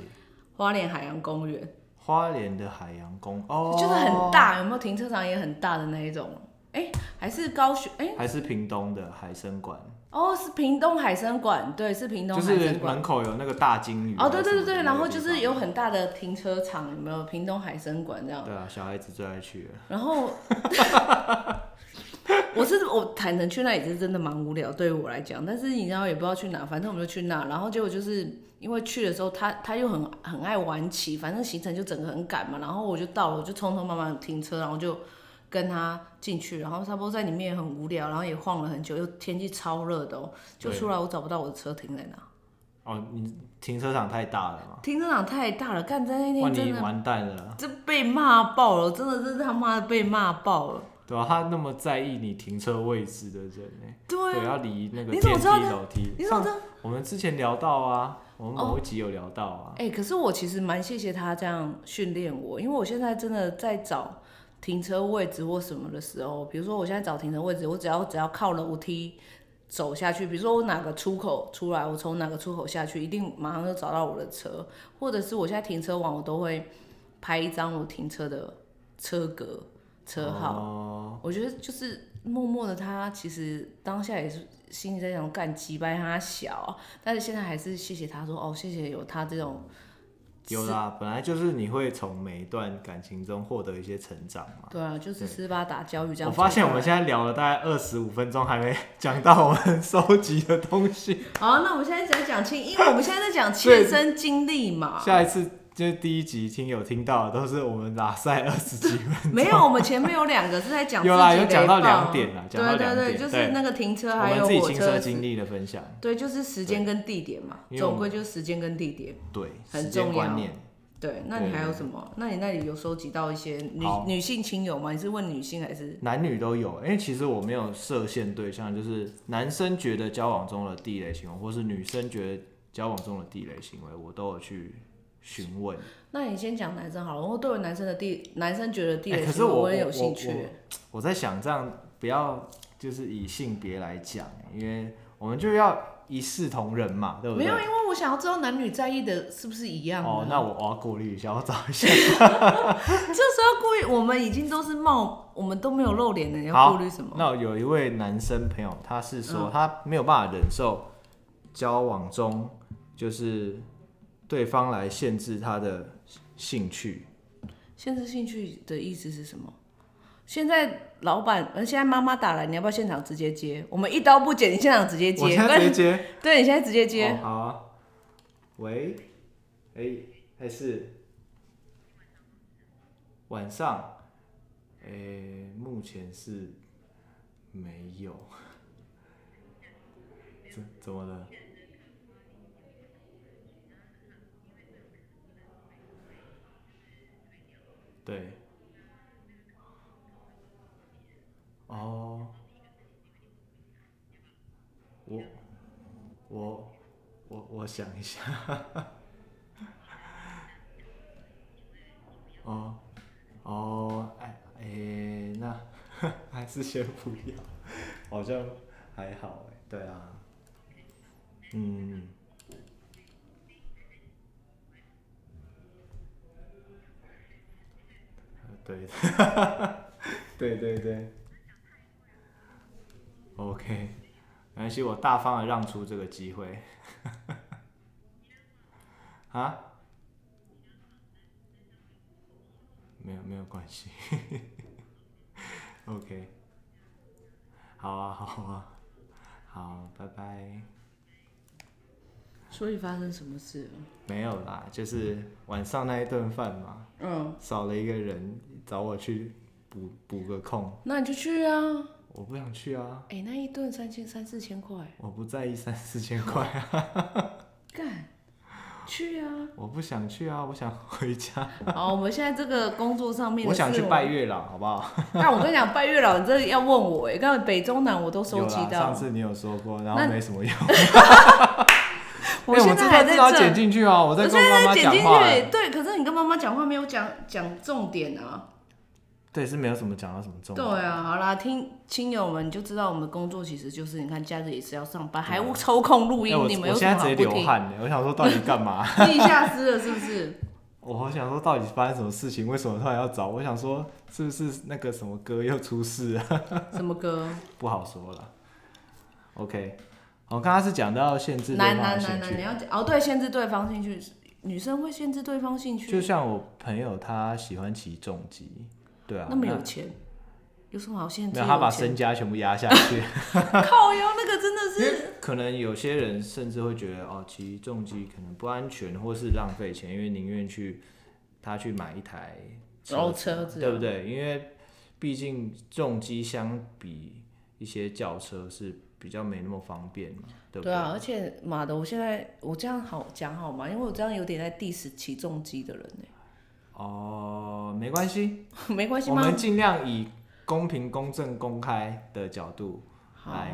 Speaker 2: 花莲海洋公园，
Speaker 1: 花莲的海洋宫哦，
Speaker 2: 就是很，大，有没有停车场也很大的那一种。哎、还是高雄，哎、
Speaker 1: 还是屏东的海参馆。
Speaker 2: 哦，是屏东海参馆，对，是屏东
Speaker 1: 就
Speaker 2: 海
Speaker 1: 是
Speaker 2: 参馆。
Speaker 1: 门口有那个大金鱼啊
Speaker 2: 哦，对对对
Speaker 1: 什
Speaker 2: 对，
Speaker 1: 么的那
Speaker 2: 然
Speaker 1: 个
Speaker 2: 后
Speaker 1: 地
Speaker 2: 就是
Speaker 1: 方
Speaker 2: 有很大的停车场，有没有屏东海参馆这样？
Speaker 1: 对啊，小孩子最爱去了。
Speaker 2: 然
Speaker 1: [laughs]
Speaker 2: 后我是我坦诚去那也是真的蛮无聊，对于我来讲。但是你知道也不知道去哪，反正我们就去那。然后结果就是因为去的时候他他又很很爱晚起，反正行程就整个很赶嘛。然后我就到了，我就匆匆忙忙停车，然后就跟他进去，然后差不多在里面也很无聊，然后也晃了很久，又天气超热的哦，就
Speaker 1: 对
Speaker 2: 出来我找不到我的车停在哪，
Speaker 1: 哦，你停车场太大了嘛？
Speaker 2: 停车场太大了，干在那
Speaker 1: 哇，
Speaker 2: 天
Speaker 1: 你
Speaker 2: 真的
Speaker 1: 完蛋了，
Speaker 2: 这被骂爆了，真的真是他妈的被骂爆了，
Speaker 1: 对吧、啊他那么在意你停车位置的人呢、
Speaker 2: 对啊
Speaker 1: 对，。要离那个
Speaker 2: 你
Speaker 1: 电
Speaker 2: 怎么
Speaker 1: 梯
Speaker 2: 知道他
Speaker 1: 楼梯。
Speaker 2: 你怎
Speaker 1: 上
Speaker 2: 么知道
Speaker 1: 我们之前聊到啊，我们某一集有聊到啊。
Speaker 2: 哎、可是我其实蛮谢谢他这样训练我，因为我现在真的在找停车位置或什么的时候，比如说我现在找停车位置，我只要只要靠楼梯走下去，比如说我哪个出口出来，我从哪个出口下去，一定马上就找到我的车，或者是我现在停车网，我都会拍一张我停车的车格、车号。
Speaker 1: 哦，
Speaker 2: 我觉得就是默默的他，其实当下也是心里在想干击败他小，但是现在还是谢谢他说哦，谢谢有他这种
Speaker 1: 有啦，本来就是你会从每一段感情中获得一些成长嘛。
Speaker 2: 对啊，就是
Speaker 1: 对
Speaker 2: 斯巴达教育这样走过
Speaker 1: 我发
Speaker 2: 来。
Speaker 1: 现我们现在聊了大概二十五分钟，还没讲到我们收集的东西。
Speaker 2: 好，那我们现在在讲亲，因为我们现在在
Speaker 1: [laughs]
Speaker 2: 讲亲身经历嘛。
Speaker 1: 下一次 [laughs] 就是第一集听友听到的都是我们拉塞二十几分钟，
Speaker 2: 没有，我们前面有两个是在讲自己
Speaker 1: 有啦
Speaker 2: 雷
Speaker 1: 有讲到
Speaker 2: 暴
Speaker 1: 两点啦讲到
Speaker 2: 哦对对
Speaker 1: 两
Speaker 2: 对，
Speaker 1: 点
Speaker 2: 就是
Speaker 1: 对
Speaker 2: 那个停 [laughs] 车
Speaker 1: 我
Speaker 2: 还
Speaker 1: 们
Speaker 2: 有
Speaker 1: 自己
Speaker 2: 火
Speaker 1: 亲
Speaker 2: 车
Speaker 1: 身，经历的分享，
Speaker 2: 对，就是时间跟地点嘛，
Speaker 1: 因为我
Speaker 2: 总
Speaker 1: 们
Speaker 2: 归就是时间跟地点。
Speaker 1: 对，
Speaker 2: 很
Speaker 1: 时间
Speaker 2: 重要
Speaker 1: 观念。
Speaker 2: 对，那你
Speaker 1: 对
Speaker 2: 还有
Speaker 1: 对
Speaker 2: 什么？那你那里有收集到一些女
Speaker 1: 好
Speaker 2: 女性亲友吗？你是问女性还是？
Speaker 1: 男女都有，因为其实我没有设限对象，就是男生觉得交往中的地雷行为，或是女生觉得交往中的地雷行为，我都有去询问。
Speaker 2: 那你先讲男生好了。我对我男生的地，男生觉得地
Speaker 1: 哎
Speaker 2: 雷
Speaker 1: 可是
Speaker 2: 行为
Speaker 1: 我
Speaker 2: 我也有
Speaker 1: 我
Speaker 2: 兴
Speaker 1: 我
Speaker 2: 趣。
Speaker 1: 我在想，这样不要就是以性别来讲，因为我们就要一视同仁嘛，对不
Speaker 2: 没
Speaker 1: 对
Speaker 2: 有，？因为我想要知道男女在意的是不是一样的。啊
Speaker 1: 哦，那我我要过滤一下，我找一下。
Speaker 2: 这时候顾虑，我们已经都是冒，我们都没有露脸的，你要
Speaker 1: 好
Speaker 2: 顾虑什么？嗯
Speaker 1: 那有一位男生朋友，他是说他没有办法忍受交往中就是对方来限制他的兴趣。
Speaker 2: 限制兴趣的意思是什么？现在老板，呃，现在妈妈打来，你要不要现场直接接？我们一刀不剪，你现场直接接。
Speaker 1: 我现在直接接。
Speaker 2: 对，你现在直接接。
Speaker 1: 哦、好啊。喂，哎、还是晚上？哎、目前是没有。怎怎么了？对。哦，我我我我想一下，哦哦，哎诶、那还是先不要，好像还好哎、对啊，嗯，对， [laughs] 对对对，OK。没关系，我大方的让出这个机会。啊？没有没有关系。OK。好啊好啊，好，拜拜。
Speaker 2: 所以发生什么事了？
Speaker 1: 没有啦，就是晚上那一顿饭嘛，
Speaker 2: 嗯，
Speaker 1: 少了一个人找我去补补个空，
Speaker 2: 那你就去啊。
Speaker 1: 我不想去啊，
Speaker 2: 哎、那一顿三千三四千块，
Speaker 1: 我不在意三四千块 [laughs] 啊，
Speaker 2: 干，去啊。
Speaker 1: 我不想去啊，我想回家，
Speaker 2: [laughs] 好，我们现在这个工作上面的
Speaker 1: 我想
Speaker 2: 事
Speaker 1: 去拜月老，好不好？
Speaker 2: 但我跟你讲，拜月老，你这要问我哎，刚才北中南我都收
Speaker 1: 有
Speaker 2: 集
Speaker 1: 啦
Speaker 2: 到
Speaker 1: 上。次你有说过，然
Speaker 2: 那
Speaker 1: 后没什么用。
Speaker 2: 我
Speaker 1: 哎
Speaker 2: 现在还
Speaker 1: 这
Speaker 2: 在
Speaker 1: 段
Speaker 2: 这
Speaker 1: 至少剪进去哦，我在
Speaker 2: 我
Speaker 1: 跟妈妈
Speaker 2: 在剪
Speaker 1: 讲
Speaker 2: 进
Speaker 1: 话。哎
Speaker 2: 去，对，可是你跟妈妈讲话没有讲讲重点啊。
Speaker 1: 对，是没有什么讲到什么重哎
Speaker 2: 对
Speaker 1: 点。
Speaker 2: 啊，好啦，听亲友们就知道我们的工作其实就是，你看假日也是要上班，还抽空录
Speaker 1: 哎
Speaker 2: 音，
Speaker 1: 我
Speaker 2: 你们
Speaker 1: 我
Speaker 2: 有
Speaker 1: 现
Speaker 2: 什么
Speaker 1: 在
Speaker 2: 好
Speaker 1: 直
Speaker 2: 不
Speaker 1: 接
Speaker 2: 听？
Speaker 1: 流汗了，我想说到底干嘛？
Speaker 2: [laughs]
Speaker 1: [laughs]
Speaker 2: 地下湿了是不是？
Speaker 1: 我好想说到底发生什么事情，为什么突然要找？我想说是不是那个什么歌又出事了？ [laughs]
Speaker 2: 什么歌？
Speaker 1: 不好说了。OK，我刚刚是讲到限制对
Speaker 2: 男
Speaker 1: 方
Speaker 2: 男
Speaker 1: 的
Speaker 2: 男
Speaker 1: 兴
Speaker 2: 男，你
Speaker 1: 趣，
Speaker 2: 要讲哦，对，限制对方兴趣，女生会限制对方兴
Speaker 1: 就
Speaker 2: 趣，
Speaker 1: 像我朋友他喜欢骑重机，对啊，
Speaker 2: 那么有钱，有什么好限制？
Speaker 1: 没有他把
Speaker 2: 有钱
Speaker 1: 身家全部压下去。
Speaker 2: 靠腰那个真的
Speaker 1: 因为
Speaker 2: 是，
Speaker 1: 可能有些人甚至会觉得哦，骑重机可能不安全，或是浪费钱，因为宁愿去他去买一台
Speaker 2: 哦车
Speaker 1: 车
Speaker 2: 子啊
Speaker 1: 对不对？因为毕竟重机相比一些轿车是比较没那么方便嘛，对不
Speaker 2: 对啊，而且妈的，我现在我这样好讲好吗？因为我这样有点在 diss 起重机的人呢、 [laughs]
Speaker 1: 哦、没关系，
Speaker 2: 没关系
Speaker 1: 我
Speaker 2: 吗？
Speaker 1: 们尽量以公平、公正、公开的角度
Speaker 2: 好
Speaker 1: 来，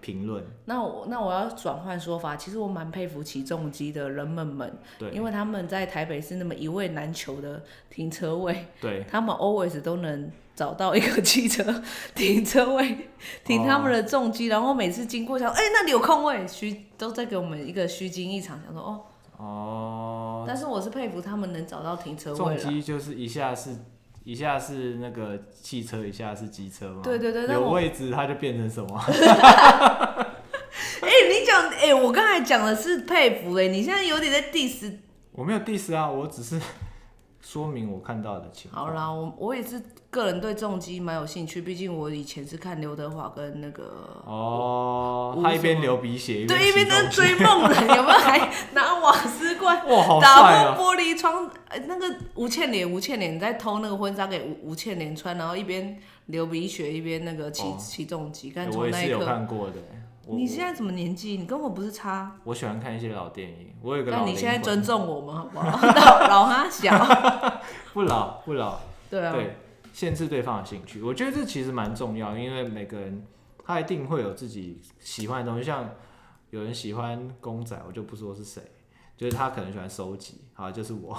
Speaker 1: 评论。
Speaker 2: 那我那我要转换说法，其实我蛮佩服起重机的人们们，
Speaker 1: 对
Speaker 2: 因为他们在台北市那么一位难求的停车位，
Speaker 1: 对，
Speaker 2: 他们 always 都能找到一个汽车 [laughs] 停车位，停他
Speaker 1: 哦
Speaker 2: 们的重机，然后每次经过想，哎、那里有空位，虚都在给我们一个虚惊一场，想说哦，
Speaker 1: 哦、
Speaker 2: 但是我是佩服他们能找到停车位
Speaker 1: 重
Speaker 2: 了。
Speaker 1: 机就是一下是一下是那个汽车，一下是机车嘛。
Speaker 2: 对对对但
Speaker 1: 有
Speaker 2: 我
Speaker 1: 位置它就变成什么？ [laughs]
Speaker 2: 哎、你讲，哎、我刚才讲的是佩服、哎，你现在有点在 diss
Speaker 1: 我没有 diss 啊，我只是说明我看到的情况。
Speaker 2: 好啦，我我也是个人对重击蛮有兴趣，毕竟我以前是看刘德华跟那个
Speaker 1: 哦
Speaker 2: 我，
Speaker 1: 他一边流鼻血，一边
Speaker 2: 对，一边
Speaker 1: 起
Speaker 2: 在
Speaker 1: 重
Speaker 2: 追
Speaker 1: [laughs]
Speaker 2: 梦人，有没有还拿瓦斯罐
Speaker 1: 哇，好帅
Speaker 2: 打
Speaker 1: 哦！
Speaker 2: 破玻璃窗？呃那个吴倩莲，吴倩莲在偷那个婚纱给吴吴倩莲穿，然后一边流鼻血一边那个起
Speaker 1: 哦
Speaker 2: 起重机，
Speaker 1: 欸
Speaker 2: 但
Speaker 1: 我
Speaker 2: 从
Speaker 1: 也
Speaker 2: 那
Speaker 1: 是
Speaker 2: 一
Speaker 1: 有
Speaker 2: 刻，
Speaker 1: 看过的欸。我
Speaker 2: 你
Speaker 1: 我
Speaker 2: 现在什么年纪？你跟我不是差，
Speaker 1: 我喜欢看一些老电影，我有一个老
Speaker 2: 但你
Speaker 1: 灵
Speaker 2: 现在
Speaker 1: 魂
Speaker 2: 尊重我们好不
Speaker 1: [laughs]
Speaker 2: 好？老老哈小，
Speaker 1: 不老不老，
Speaker 2: 对啊，
Speaker 1: 对，限制对方的兴趣，我觉得这其实蛮重要，因为每个人他一定会有自己喜欢的东西，像有人喜欢公仔，我就不说是谁，就是他可能喜欢收集，好，就是
Speaker 2: [laughs]
Speaker 1: 我，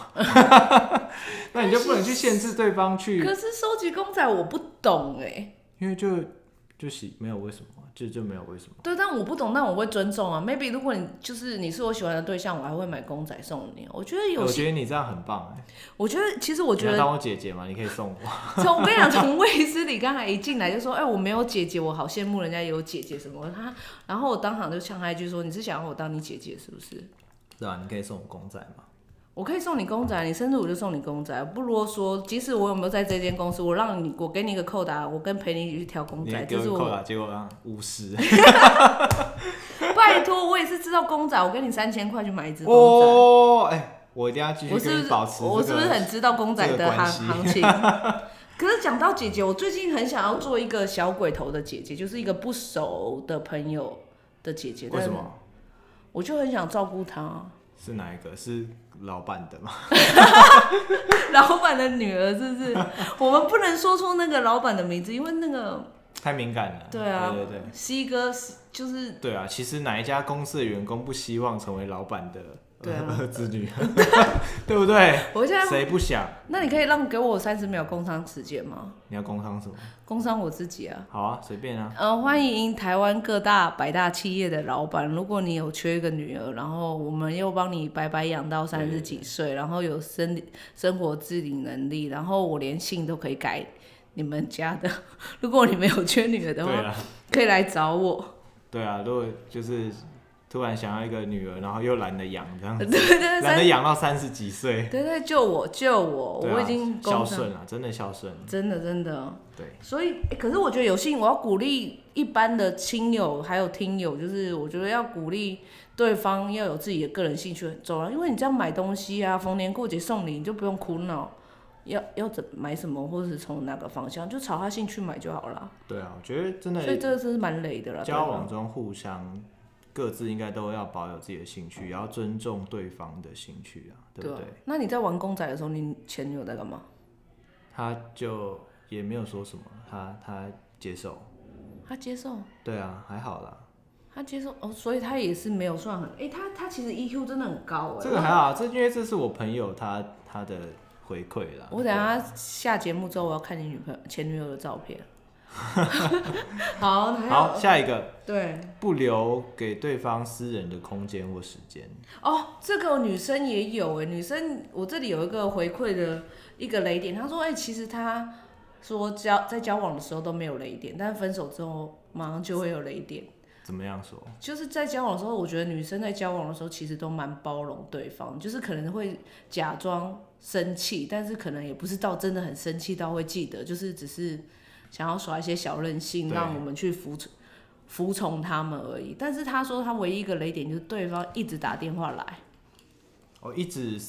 Speaker 1: 那你就不能去限制对方去，
Speaker 2: 可是收集公仔我不懂哎、
Speaker 1: 因为就就喜没有为什么，啊就就没有为什么，
Speaker 2: 对，但我不懂，但我会尊重啊。Maybe 如果你就是你是我喜欢的对象，我还会买公仔送你。哦我觉得有
Speaker 1: 我
Speaker 2: 些，
Speaker 1: 觉得你这样很棒哎、
Speaker 2: 我觉得其实我
Speaker 1: 你
Speaker 2: 觉
Speaker 1: 要
Speaker 2: 得 [laughs]
Speaker 1: 当我姐姐嘛，你可以送我， [laughs]
Speaker 2: 从我跟你讲，从卫斯理刚才一进来就说：“哎、我没有姐姐，我好羡慕人家有姐姐什么。”他，然后我当场就呛他一句说：“你是想要我当你姐姐是不是？
Speaker 1: 对吧、啊你可以送我公仔嘛，
Speaker 2: 我可以送你公仔，你生日我就送你公仔，不啰嗦。即使我有没有在这间公司，我让你，我给你一个扣打，我跟陪你一起去挑公
Speaker 1: 你
Speaker 2: 仔，
Speaker 1: 给
Speaker 2: 这是
Speaker 1: 我扣
Speaker 2: 我
Speaker 1: 打，结果让五十，
Speaker 2: 拜托，我也是知道公仔，我给你三千块去买一只公仔。
Speaker 1: 哦，哎、我一定要继续
Speaker 2: 我是
Speaker 1: 跟
Speaker 2: 不
Speaker 1: 你
Speaker 2: 是
Speaker 1: 保持、这个
Speaker 2: 我是不是很知道公仔
Speaker 1: 这
Speaker 2: 的
Speaker 1: 个关
Speaker 2: 行
Speaker 1: 系
Speaker 2: 行情？ [laughs] 可是讲到姐姐，我最近很想要做一个小鬼头的姐姐，就是一个不熟的朋友的姐姐。
Speaker 1: 为什？么？
Speaker 2: 我就很想照顾她。 [laughs]
Speaker 1: 是哪一个？是老板的吗？ [laughs]
Speaker 2: 老板的女儿是不是？ [laughs] 我们不能说出那个老板的名字，因为那个
Speaker 1: 太敏感了。
Speaker 2: 对啊，
Speaker 1: 对对对，
Speaker 2: 西哥就是
Speaker 1: 对啊。其实哪一家公司的员工不希望成为老板的
Speaker 2: [laughs] 对啊
Speaker 1: [laughs] 儿子女儿，对不对？
Speaker 2: 我现在。
Speaker 1: 谁不想？
Speaker 2: 那你可以让给我三十秒工伤时间吗？
Speaker 1: 你要工商什么？
Speaker 2: 工伤我自己啊。
Speaker 1: 好啊，随便啊。
Speaker 2: 呃，欢迎台湾各大百大企业的老板，如果你有缺一个女儿，然后我们又帮你白白养到三十几岁，然后有生理生活自理能力，然后我连姓都可以改你们家的。 [laughs] 如果你没有缺女儿
Speaker 1: 对
Speaker 2: 的话，
Speaker 1: 啊，
Speaker 2: 可以来找我。
Speaker 1: 对啊。如果就是突然想要一个女儿，然后又懒得养，这样
Speaker 2: 对对对，
Speaker 1: 嗯懒
Speaker 2: 三
Speaker 1: 得养到三十几岁，
Speaker 2: 对对，救我救我，
Speaker 1: 对啊
Speaker 2: 我已经
Speaker 1: 孝
Speaker 2: 工伤，
Speaker 1: 顺啊，真的孝顺。
Speaker 2: 真的真的。
Speaker 1: 对，
Speaker 2: 所以、欸可是我觉得有幸，我要鼓励一般的亲友还有听友，就是我觉得要鼓励对方要有自己的个人兴趣很重要，因为你这样买东西啊，逢年过节送礼，你就不用苦恼要要怎买什么，或者是从哪个方向，就朝他兴趣买就好了。
Speaker 1: 对啊，我觉得真
Speaker 2: 所以
Speaker 1: 的
Speaker 2: 这个真是蛮累的啦，
Speaker 1: 交
Speaker 2: 对吧啊
Speaker 1: 往中互相各自应该都要保有自己的兴趣，也要尊重对方的兴趣啊，对
Speaker 2: 嗯对
Speaker 1: 不
Speaker 2: 啊
Speaker 1: 对？
Speaker 2: 那你在玩公仔的时候，你前女友在干嘛？
Speaker 1: 他就也没有说什么，他他接受，
Speaker 2: 她接受，
Speaker 1: 对啊，还好啦，
Speaker 2: 她接受哦，所以她也是没有算很，哎、她她其实 EQ 真的很高哎、
Speaker 1: 这个还好，啊这因为这是我朋友他他的回馈啦。
Speaker 2: 我等下下节目之后，我要看你女朋友前女友的照
Speaker 1: [laughs]
Speaker 2: 片。
Speaker 1: 对啊
Speaker 2: 好，还有
Speaker 1: 好，下一个
Speaker 2: 对
Speaker 1: 不留给对方私人的空间或时间，
Speaker 2: 哦，这个女生也有哎，女生我这里有一个回馈的一个雷点，她说哎、其实她说交在交往的时候都没有雷点，但分手之后马上就会有雷点。
Speaker 1: 怎么样说？
Speaker 2: 就是在交往的时候，我觉得女生在交往的时候其实都蛮包容对方，就是可能会假装生气，但是可能也不是到真的很生气到会记得，就是只是想要耍一些小任性，
Speaker 1: 对
Speaker 2: 让我们去服从服从他们而已。但是他说他唯一一个雷点就是对方一直打电话来，
Speaker 1: 我哦一直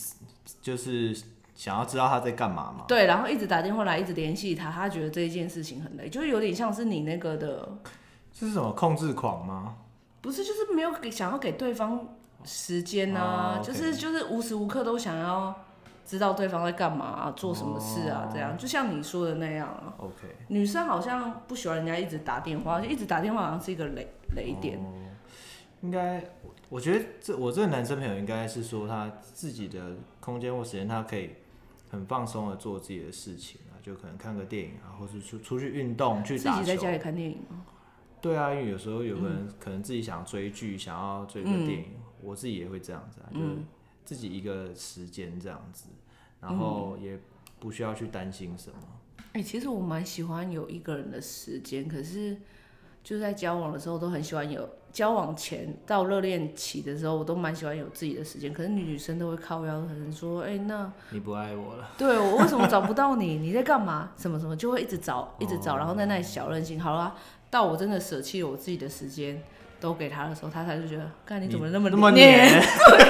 Speaker 1: 就是想要知道他在干嘛嘛。
Speaker 2: 对，然后一直打电话来，一直联系他，他觉得这一件事情很累，就是有点像是你那个的，
Speaker 1: 这是什么控制狂吗？
Speaker 2: 不是就是没有给想要给对方时间
Speaker 1: 哦
Speaker 2: 啊，
Speaker 1: ，OK
Speaker 2: 就是就是无时无刻都想要知道对方在干嘛、啊、做什么事
Speaker 1: 哦
Speaker 2: 啊，这样就像你说的那样啊。
Speaker 1: OK，
Speaker 2: 女生好像不喜欢人家一直打电话，就一直打电话好像是一个雷雷点。
Speaker 1: 哦应该我我觉得这我这个男生朋友应该是说他自己的空间或时间，他可以很放松的做自己的事情啊，就可能看个电影啊，或是出出去运动去
Speaker 2: 自
Speaker 1: 打
Speaker 2: 己在
Speaker 1: 球。
Speaker 2: 家里嗯看电影吗？
Speaker 1: 对啊，因为有时候有个人可能自己想要追剧，想要追个电
Speaker 2: 嗯
Speaker 1: 影，我自己也会这样子啊，就是自己一个时间这样子，然
Speaker 2: 嗯
Speaker 1: 后也不需要去担心什么。
Speaker 2: 哎、其实我蛮喜欢有一个人的时间，可是就是在交往的时候都很喜欢有交往前到热恋期的时候，我都蛮喜欢有自己的时间。可是女生都会靠腰，可能说，哎、那
Speaker 1: 你不爱我了，
Speaker 2: 对我为什么找不到你？你在干嘛？什么什么，就会一直找，一直找，
Speaker 1: 哦
Speaker 2: 然后在那里小任性。好啦，到我真的舍弃我自己的时间都给他的时候，他才就觉得，看你怎么那么
Speaker 1: 那么
Speaker 2: 黏？
Speaker 1: 黏？
Speaker 2: [laughs]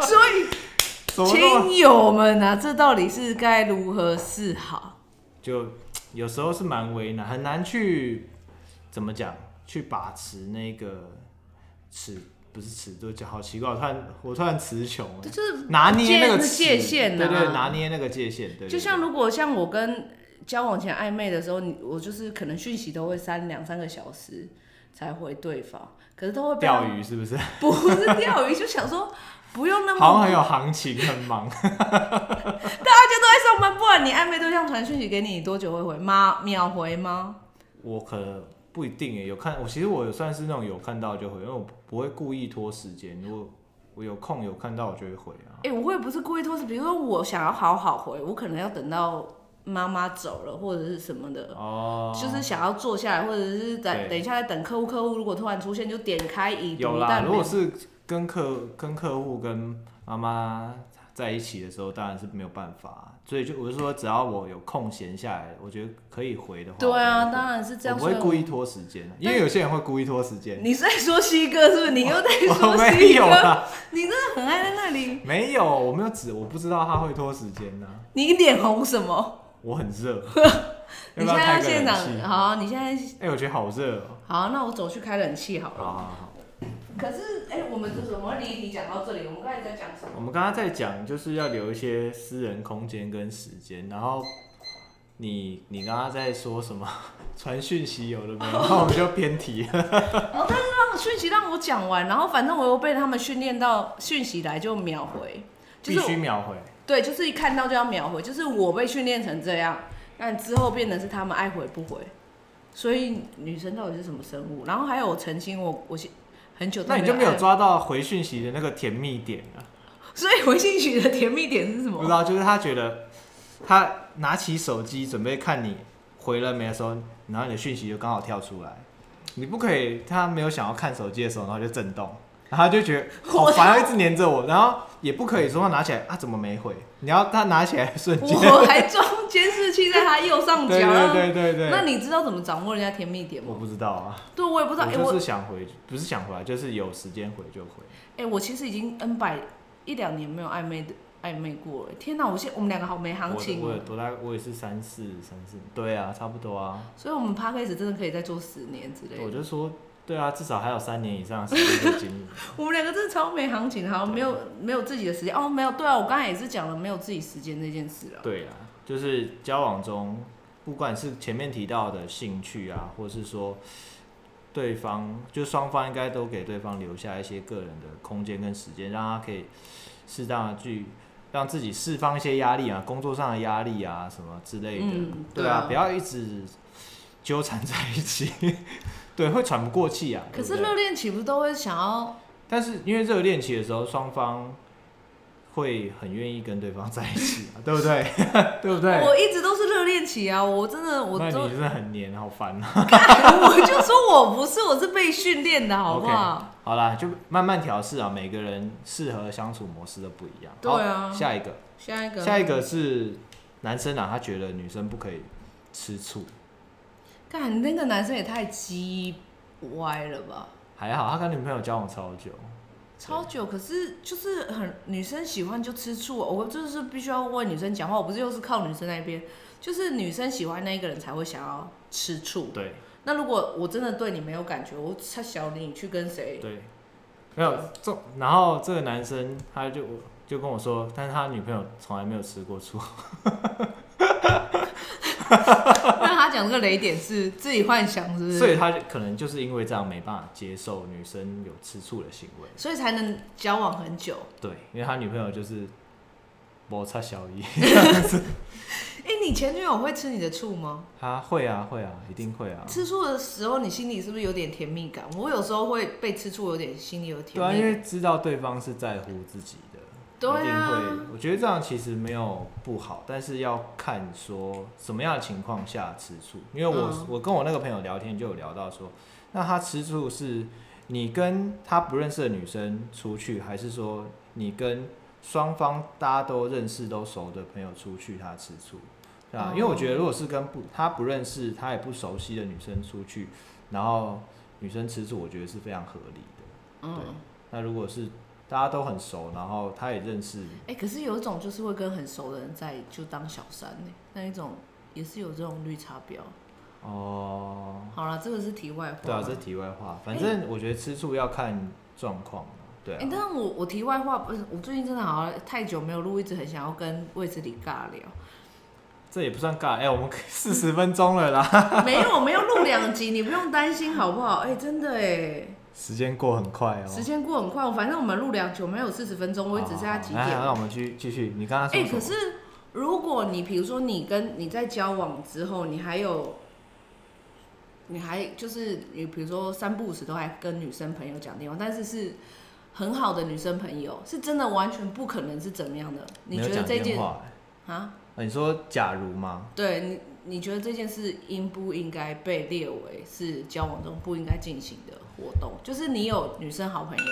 Speaker 2: 所以
Speaker 1: [laughs] 怎么那么
Speaker 2: 亲友们啊，这到底是该如何是好？
Speaker 1: 就有时候是蛮为难，很难去怎么讲，去把持那个尺，不是尺度，就好奇怪，我突然我突然词穷了
Speaker 2: 这，就是
Speaker 1: 拿捏那个尺
Speaker 2: 界界限啊
Speaker 1: 对对，拿捏那个界限，对对
Speaker 2: 就像如果像我跟交往前暧昧的时候，你我就是可能讯息都会删两三个小时才回对方，可是都会
Speaker 1: 对
Speaker 2: 被他
Speaker 1: 钓，鱼是不是？
Speaker 2: [laughs] 不是钓鱼，就想说不用那么
Speaker 1: 好像很有行情，很忙，
Speaker 2: 在上班，不然你暧昧对象传讯息给你，你多久会回？妈，秒回吗？
Speaker 1: 我可能不一定欸耶，有看我其实我有算是那种有看到就回，因为我不会故意拖时间，如果我有空有看到我就会回啊。
Speaker 2: 哎、我也不是故意拖，比如说我想要好好回，我可能要等到妈妈走了或者是什么的。
Speaker 1: 哦，
Speaker 2: 就是想要坐下来，或者是等
Speaker 1: 对
Speaker 2: 等一下再等客户，客户如果突然出现就点开已
Speaker 1: 有
Speaker 2: 读，
Speaker 1: 啦，
Speaker 2: 但
Speaker 1: 如
Speaker 2: 没
Speaker 1: 果是跟客跟客户跟妈妈在一起的时候，当然是没有办法，啊所以就我就说，只要我有空闲下来，我觉得可以回的话，
Speaker 2: 对啊，
Speaker 1: 我就会
Speaker 2: 当然是这
Speaker 1: 我
Speaker 2: 样。
Speaker 1: 不会
Speaker 2: 所以
Speaker 1: 故意拖时间，因为有些人会故意拖时间。
Speaker 2: 你是在说西哥是不是？ [laughs] 你又在
Speaker 1: 我 [laughs]
Speaker 2: 说
Speaker 1: 哦没
Speaker 2: 西
Speaker 1: 有
Speaker 2: 哥？
Speaker 1: 啦，
Speaker 2: 你真的很爱在那里，
Speaker 1: 没有，我没有指，我不知道他会拖时间呢、
Speaker 2: 你脸红什么？
Speaker 1: 我很
Speaker 2: [laughs]
Speaker 1: 热，要不
Speaker 2: 你现
Speaker 1: 要
Speaker 2: 在
Speaker 1: 开
Speaker 2: 要
Speaker 1: 个
Speaker 2: 现
Speaker 1: 冷
Speaker 2: 场
Speaker 1: 气？
Speaker 2: 好啊，你现在
Speaker 1: 哎、我觉得好热哦、
Speaker 2: 好，那我走去开冷气好
Speaker 1: 好
Speaker 2: 了。
Speaker 1: 好好，
Speaker 2: 可是哎、我们这怎么会离题讲到这里？我们刚才在讲什么？
Speaker 1: 我们刚刚在讲就是要留一些私人空间跟时间，然后你你刚刚在说什么 [laughs] 传讯息有了
Speaker 2: [laughs]
Speaker 1: 没有？然后我们就偏题了。
Speaker 2: 让讯息让我讲完，然后反正我又被他们训练到讯息来就秒回，就
Speaker 1: 必
Speaker 2: 是
Speaker 1: 须秒回。
Speaker 2: 对，就是一看到就要秒回，就是我被训练成这样，那之后变成是他们爱回不回。所以女生到底是什么生物？然后还有我澄清我，我是很久都
Speaker 1: 那你就没
Speaker 2: 爱
Speaker 1: 有抓到回讯息的那个甜蜜点啊？
Speaker 2: 所以回信曲的甜蜜点是什
Speaker 1: 不知 [laughs]
Speaker 2: 么？
Speaker 1: 道，就是他觉得他拿起手机准备看你回了没的时候，然后你的讯息就刚好跳出来，你不可以他没有想要看手机的时候，然后就震动，然后他就觉得好
Speaker 2: 我
Speaker 1: 烦啊，一直黏着我，然后也不可以说他拿起来啊怎么没回，你要他拿起来的瞬间，
Speaker 2: 我还装监视器在他右上角。啊
Speaker 1: 对 [laughs] 对对对对，
Speaker 2: 那你知道怎么掌握人家甜蜜点
Speaker 1: 我
Speaker 2: 吗？
Speaker 1: 不知道啊，
Speaker 2: 对，我也不知道。哎、
Speaker 1: 我
Speaker 2: 我
Speaker 1: 就是
Speaker 2: 哎、
Speaker 1: 想回，不是想回来，就是有时间回就回。
Speaker 2: 哎我其实已经 N 百一两年没有暧昧的暧昧过了。天哪，我现我们两个好没行
Speaker 1: 我的
Speaker 2: 情
Speaker 1: 我
Speaker 2: 哦、
Speaker 1: 有多大？我也是三四三四，对啊，差不多啊。
Speaker 2: 所以我们 p a c k a g e 真的可以再做十年之类
Speaker 1: 我
Speaker 2: 的。
Speaker 1: 就说，对啊，至少还有三年以上的时间可以经营。
Speaker 2: 我们两个真的超没行情的，好像没有没有自己的时间哦，没有。对啊，我刚才也是讲了没有自己时间这件事了。
Speaker 1: 对啊，就是交往中，不管是前面提到的兴趣啊，或是说对方，就双方应该都给对方留下一些个人的空间跟时间，让他可以适当的去让自己释放一些压力啊，工作上的压力啊什么之类的。
Speaker 2: 嗯
Speaker 1: 对
Speaker 2: 对啊
Speaker 1: 啊，不要一直纠缠在一起， [laughs] 对，会喘不过气啊。
Speaker 2: 可
Speaker 1: 对
Speaker 2: 是
Speaker 1: 不对
Speaker 2: 热恋期不是都会想要
Speaker 1: 但是因为热恋期的时候，双方会很愿意跟对方在一起啊，对不对？ [laughs] 对不对？
Speaker 2: 我一直都是热恋期啊，我真的我
Speaker 1: 那
Speaker 2: 都 [laughs]
Speaker 1: 你真的很黏，好烦啊！
Speaker 2: 我就说我不是，我是被训练的，好不好？
Speaker 1: 好啦，就慢慢调试啊，每个人适合的相处模式都不一样。
Speaker 2: 对啊
Speaker 1: 好下一个，
Speaker 2: 下一个，
Speaker 1: 下一，个是男生啊，他觉得女生不可以吃醋，
Speaker 2: 干那个男生也太鸡歪了吧？
Speaker 1: 还好他跟女朋友交往超久，
Speaker 2: 超久，可是就是很女生喜欢就吃醋，我就是必须要为女生讲话，我不是又是靠女生那边，就是女生喜欢那一个人才会想要吃醋。
Speaker 1: 对
Speaker 2: 那如果我真的对你没有感觉，我太小你去跟谁？
Speaker 1: 对，没有这，然后这个男生他就就跟我说，但是他女朋友从来没有吃过醋，
Speaker 2: 那他讲这个雷点是自己幻想，是不是？
Speaker 1: [laughs] 所以他可能就是因为这样没办法接受女生有吃醋的行为，
Speaker 2: 所以才能交往很久。
Speaker 1: 对，因为他女朋友就是摩擦小姨。
Speaker 2: 哎、你前女友会吃你的醋吗？
Speaker 1: 啊，会啊，会啊，一定会啊。
Speaker 2: 吃醋的时候，你心里是不是有点甜蜜感？我有时候会被吃醋，有点心里有
Speaker 1: 对
Speaker 2: 甜
Speaker 1: 啊，
Speaker 2: 蜜
Speaker 1: 因为
Speaker 2: 感。
Speaker 1: 知道对方是在乎自己的，
Speaker 2: 对啊
Speaker 1: 一定会。我觉得这样其实没有不好，但是要看说什么样的情况下吃醋。因为我、
Speaker 2: 嗯
Speaker 1: 我跟我那个朋友聊天就有聊到说，那它吃醋是你跟他不认识的女生出去，还是说你跟双方大家都认识都熟的朋友出去，他吃醋？对啊，因为我觉得如果是跟不他不认识、他也不熟悉的女生出去，然后女生吃醋，我觉得是非常合理的。
Speaker 2: 嗯，
Speaker 1: 那如果是大家都很熟，然后他也认识，
Speaker 2: 哎、可是有一种就是会跟很熟的人在一起就当小三呢、那一种也是有这种绿茶婊。
Speaker 1: 哦、
Speaker 2: 好啦，这个是题外话。
Speaker 1: 对啊，这题外话，反正我觉得吃醋要看状况啊，对
Speaker 2: 哎、
Speaker 1: 啊，
Speaker 2: 但是我我题外话不是，我最近真的好像太久没有录，一直很想要跟魏子里尬聊。 [laughs]
Speaker 1: 这也不算尬，哎、我们四十分钟了啦，
Speaker 2: 没有，我们要录两集，你不用担心好不好？哎、真的哎、
Speaker 1: 时间过很快哦、
Speaker 2: 时间过很快，反正我们录两集，我们有四十分钟，我也只剩下几点。
Speaker 1: 好好好哦那那我们去继续，你刚刚
Speaker 2: 哎、
Speaker 1: 说什
Speaker 2: 可
Speaker 1: 么？
Speaker 2: 是如果你比如说你跟你在交往之后，你还有，你还就是你比如说三不五时都还跟女生朋友讲电话，但是是很好的女生朋友，是真的完全不可能是怎么样的？你
Speaker 1: 没有
Speaker 2: 觉得
Speaker 1: 讲
Speaker 2: 这件
Speaker 1: 电话、哎
Speaker 2: 啊，
Speaker 1: 啊你说假如吗？
Speaker 2: 对你你觉得这件事应不应该被列为是交往中不应该进行的活动？就是你有女生好朋友，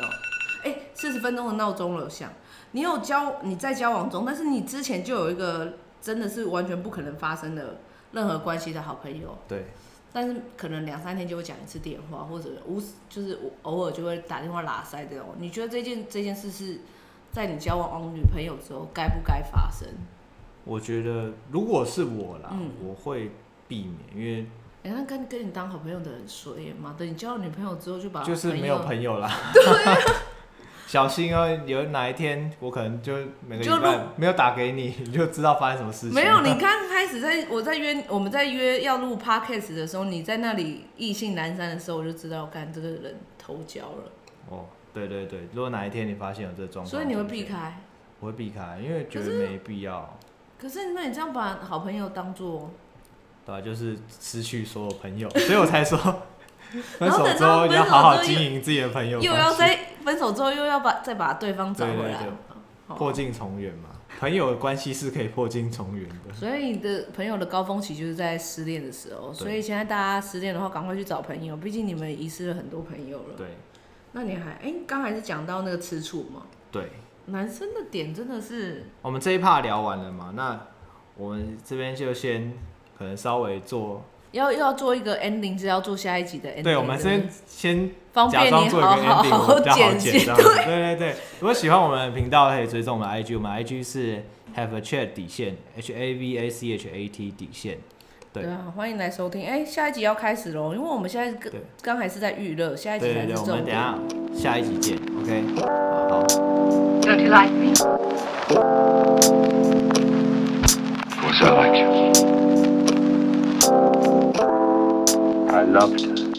Speaker 2: 哎，四十分钟的闹钟了响，你有交你在交往中，但是你之前就有一个真的是完全不可能发生的任何关系的好朋友，
Speaker 1: 对，
Speaker 2: 但是可能两三天就会讲一次电话，或者无就是偶尔就会打电话拉塞这种。你觉得这件这件事是在你交往女朋友之后该不该发生？
Speaker 1: 我觉得如果是我啦，
Speaker 2: 嗯
Speaker 1: 我会避免，因为
Speaker 2: 哎、那跟跟你当好朋友的人说耶嘛，等你交了女朋友之后就把
Speaker 1: 就是没有朋友啦。 [laughs] 小心哦，有哪一天我可能就每个
Speaker 2: 就
Speaker 1: 礼
Speaker 2: 录
Speaker 1: 拜没有打给你， [laughs] 你就知道发生什么事情。
Speaker 2: 没有。你刚开始在我在约我们在约要录 podcast 的时候，你在那里意兴阑珊的时候，我就知道，干这个人头交了，
Speaker 1: 哦，对对对，如果哪一天你发现有这状况，
Speaker 2: 所以你会避？开。
Speaker 1: 我会避开，因为觉得没必要，
Speaker 2: 可是那你这样把好朋友当做，
Speaker 1: 对吧、就是失去所有朋友，所以我才说分
Speaker 2: [laughs] 然后
Speaker 1: 手
Speaker 2: 等
Speaker 1: 之
Speaker 2: 到
Speaker 1: 后
Speaker 2: 分
Speaker 1: 要好
Speaker 2: 手之
Speaker 1: 好
Speaker 2: 后
Speaker 1: 经
Speaker 2: 又
Speaker 1: 营自己的朋友
Speaker 2: 又
Speaker 1: 关系，
Speaker 2: 要再分手之后又要把再把对方找
Speaker 1: 对
Speaker 2: 回
Speaker 1: 对
Speaker 2: 来。哦
Speaker 1: 对
Speaker 2: 好
Speaker 1: 破镜重圆嘛，朋友的关系是可以破镜重圆的。
Speaker 2: 所以你的朋友的高峰期就是在失恋的时候，所以现在大家失恋的话，赶快去找朋友，毕竟你们遗失了很多朋友了。
Speaker 1: 对
Speaker 2: 那你还哎，刚、才是讲到那个吃醋嘛，
Speaker 1: 对，
Speaker 2: 男生的点真的是，
Speaker 1: 我们这一趴聊完了嘛，那我们这边就先可能稍微做，
Speaker 2: 要要做一个 ending，是要做下一集的 ending 的。
Speaker 1: 对，我们这边先
Speaker 2: 方
Speaker 1: 假
Speaker 2: 便
Speaker 1: 装
Speaker 2: 你
Speaker 1: 做一个
Speaker 2: 好
Speaker 1: ending，我们
Speaker 2: 好
Speaker 1: 比较好
Speaker 2: 剪
Speaker 1: 剪
Speaker 2: 辑
Speaker 1: 这样子。对对对，如果喜欢我们的频道，可以追踪我们的 IG，我们的 IG 是 have a chat 底线 H A V A C H A T 底线。对
Speaker 2: 对啊，欢迎来收听。哎、下一集要开始喽，因为我们现在跟
Speaker 1: 对
Speaker 2: 刚才是在预热，下一
Speaker 1: 对
Speaker 2: 集
Speaker 1: 对
Speaker 2: 才是
Speaker 1: 对，我们
Speaker 2: 重
Speaker 1: 等一
Speaker 2: 点。
Speaker 1: 下下一集见，OK？好。
Speaker 2: Don't you like me?
Speaker 3: Of course I like you. I loved her.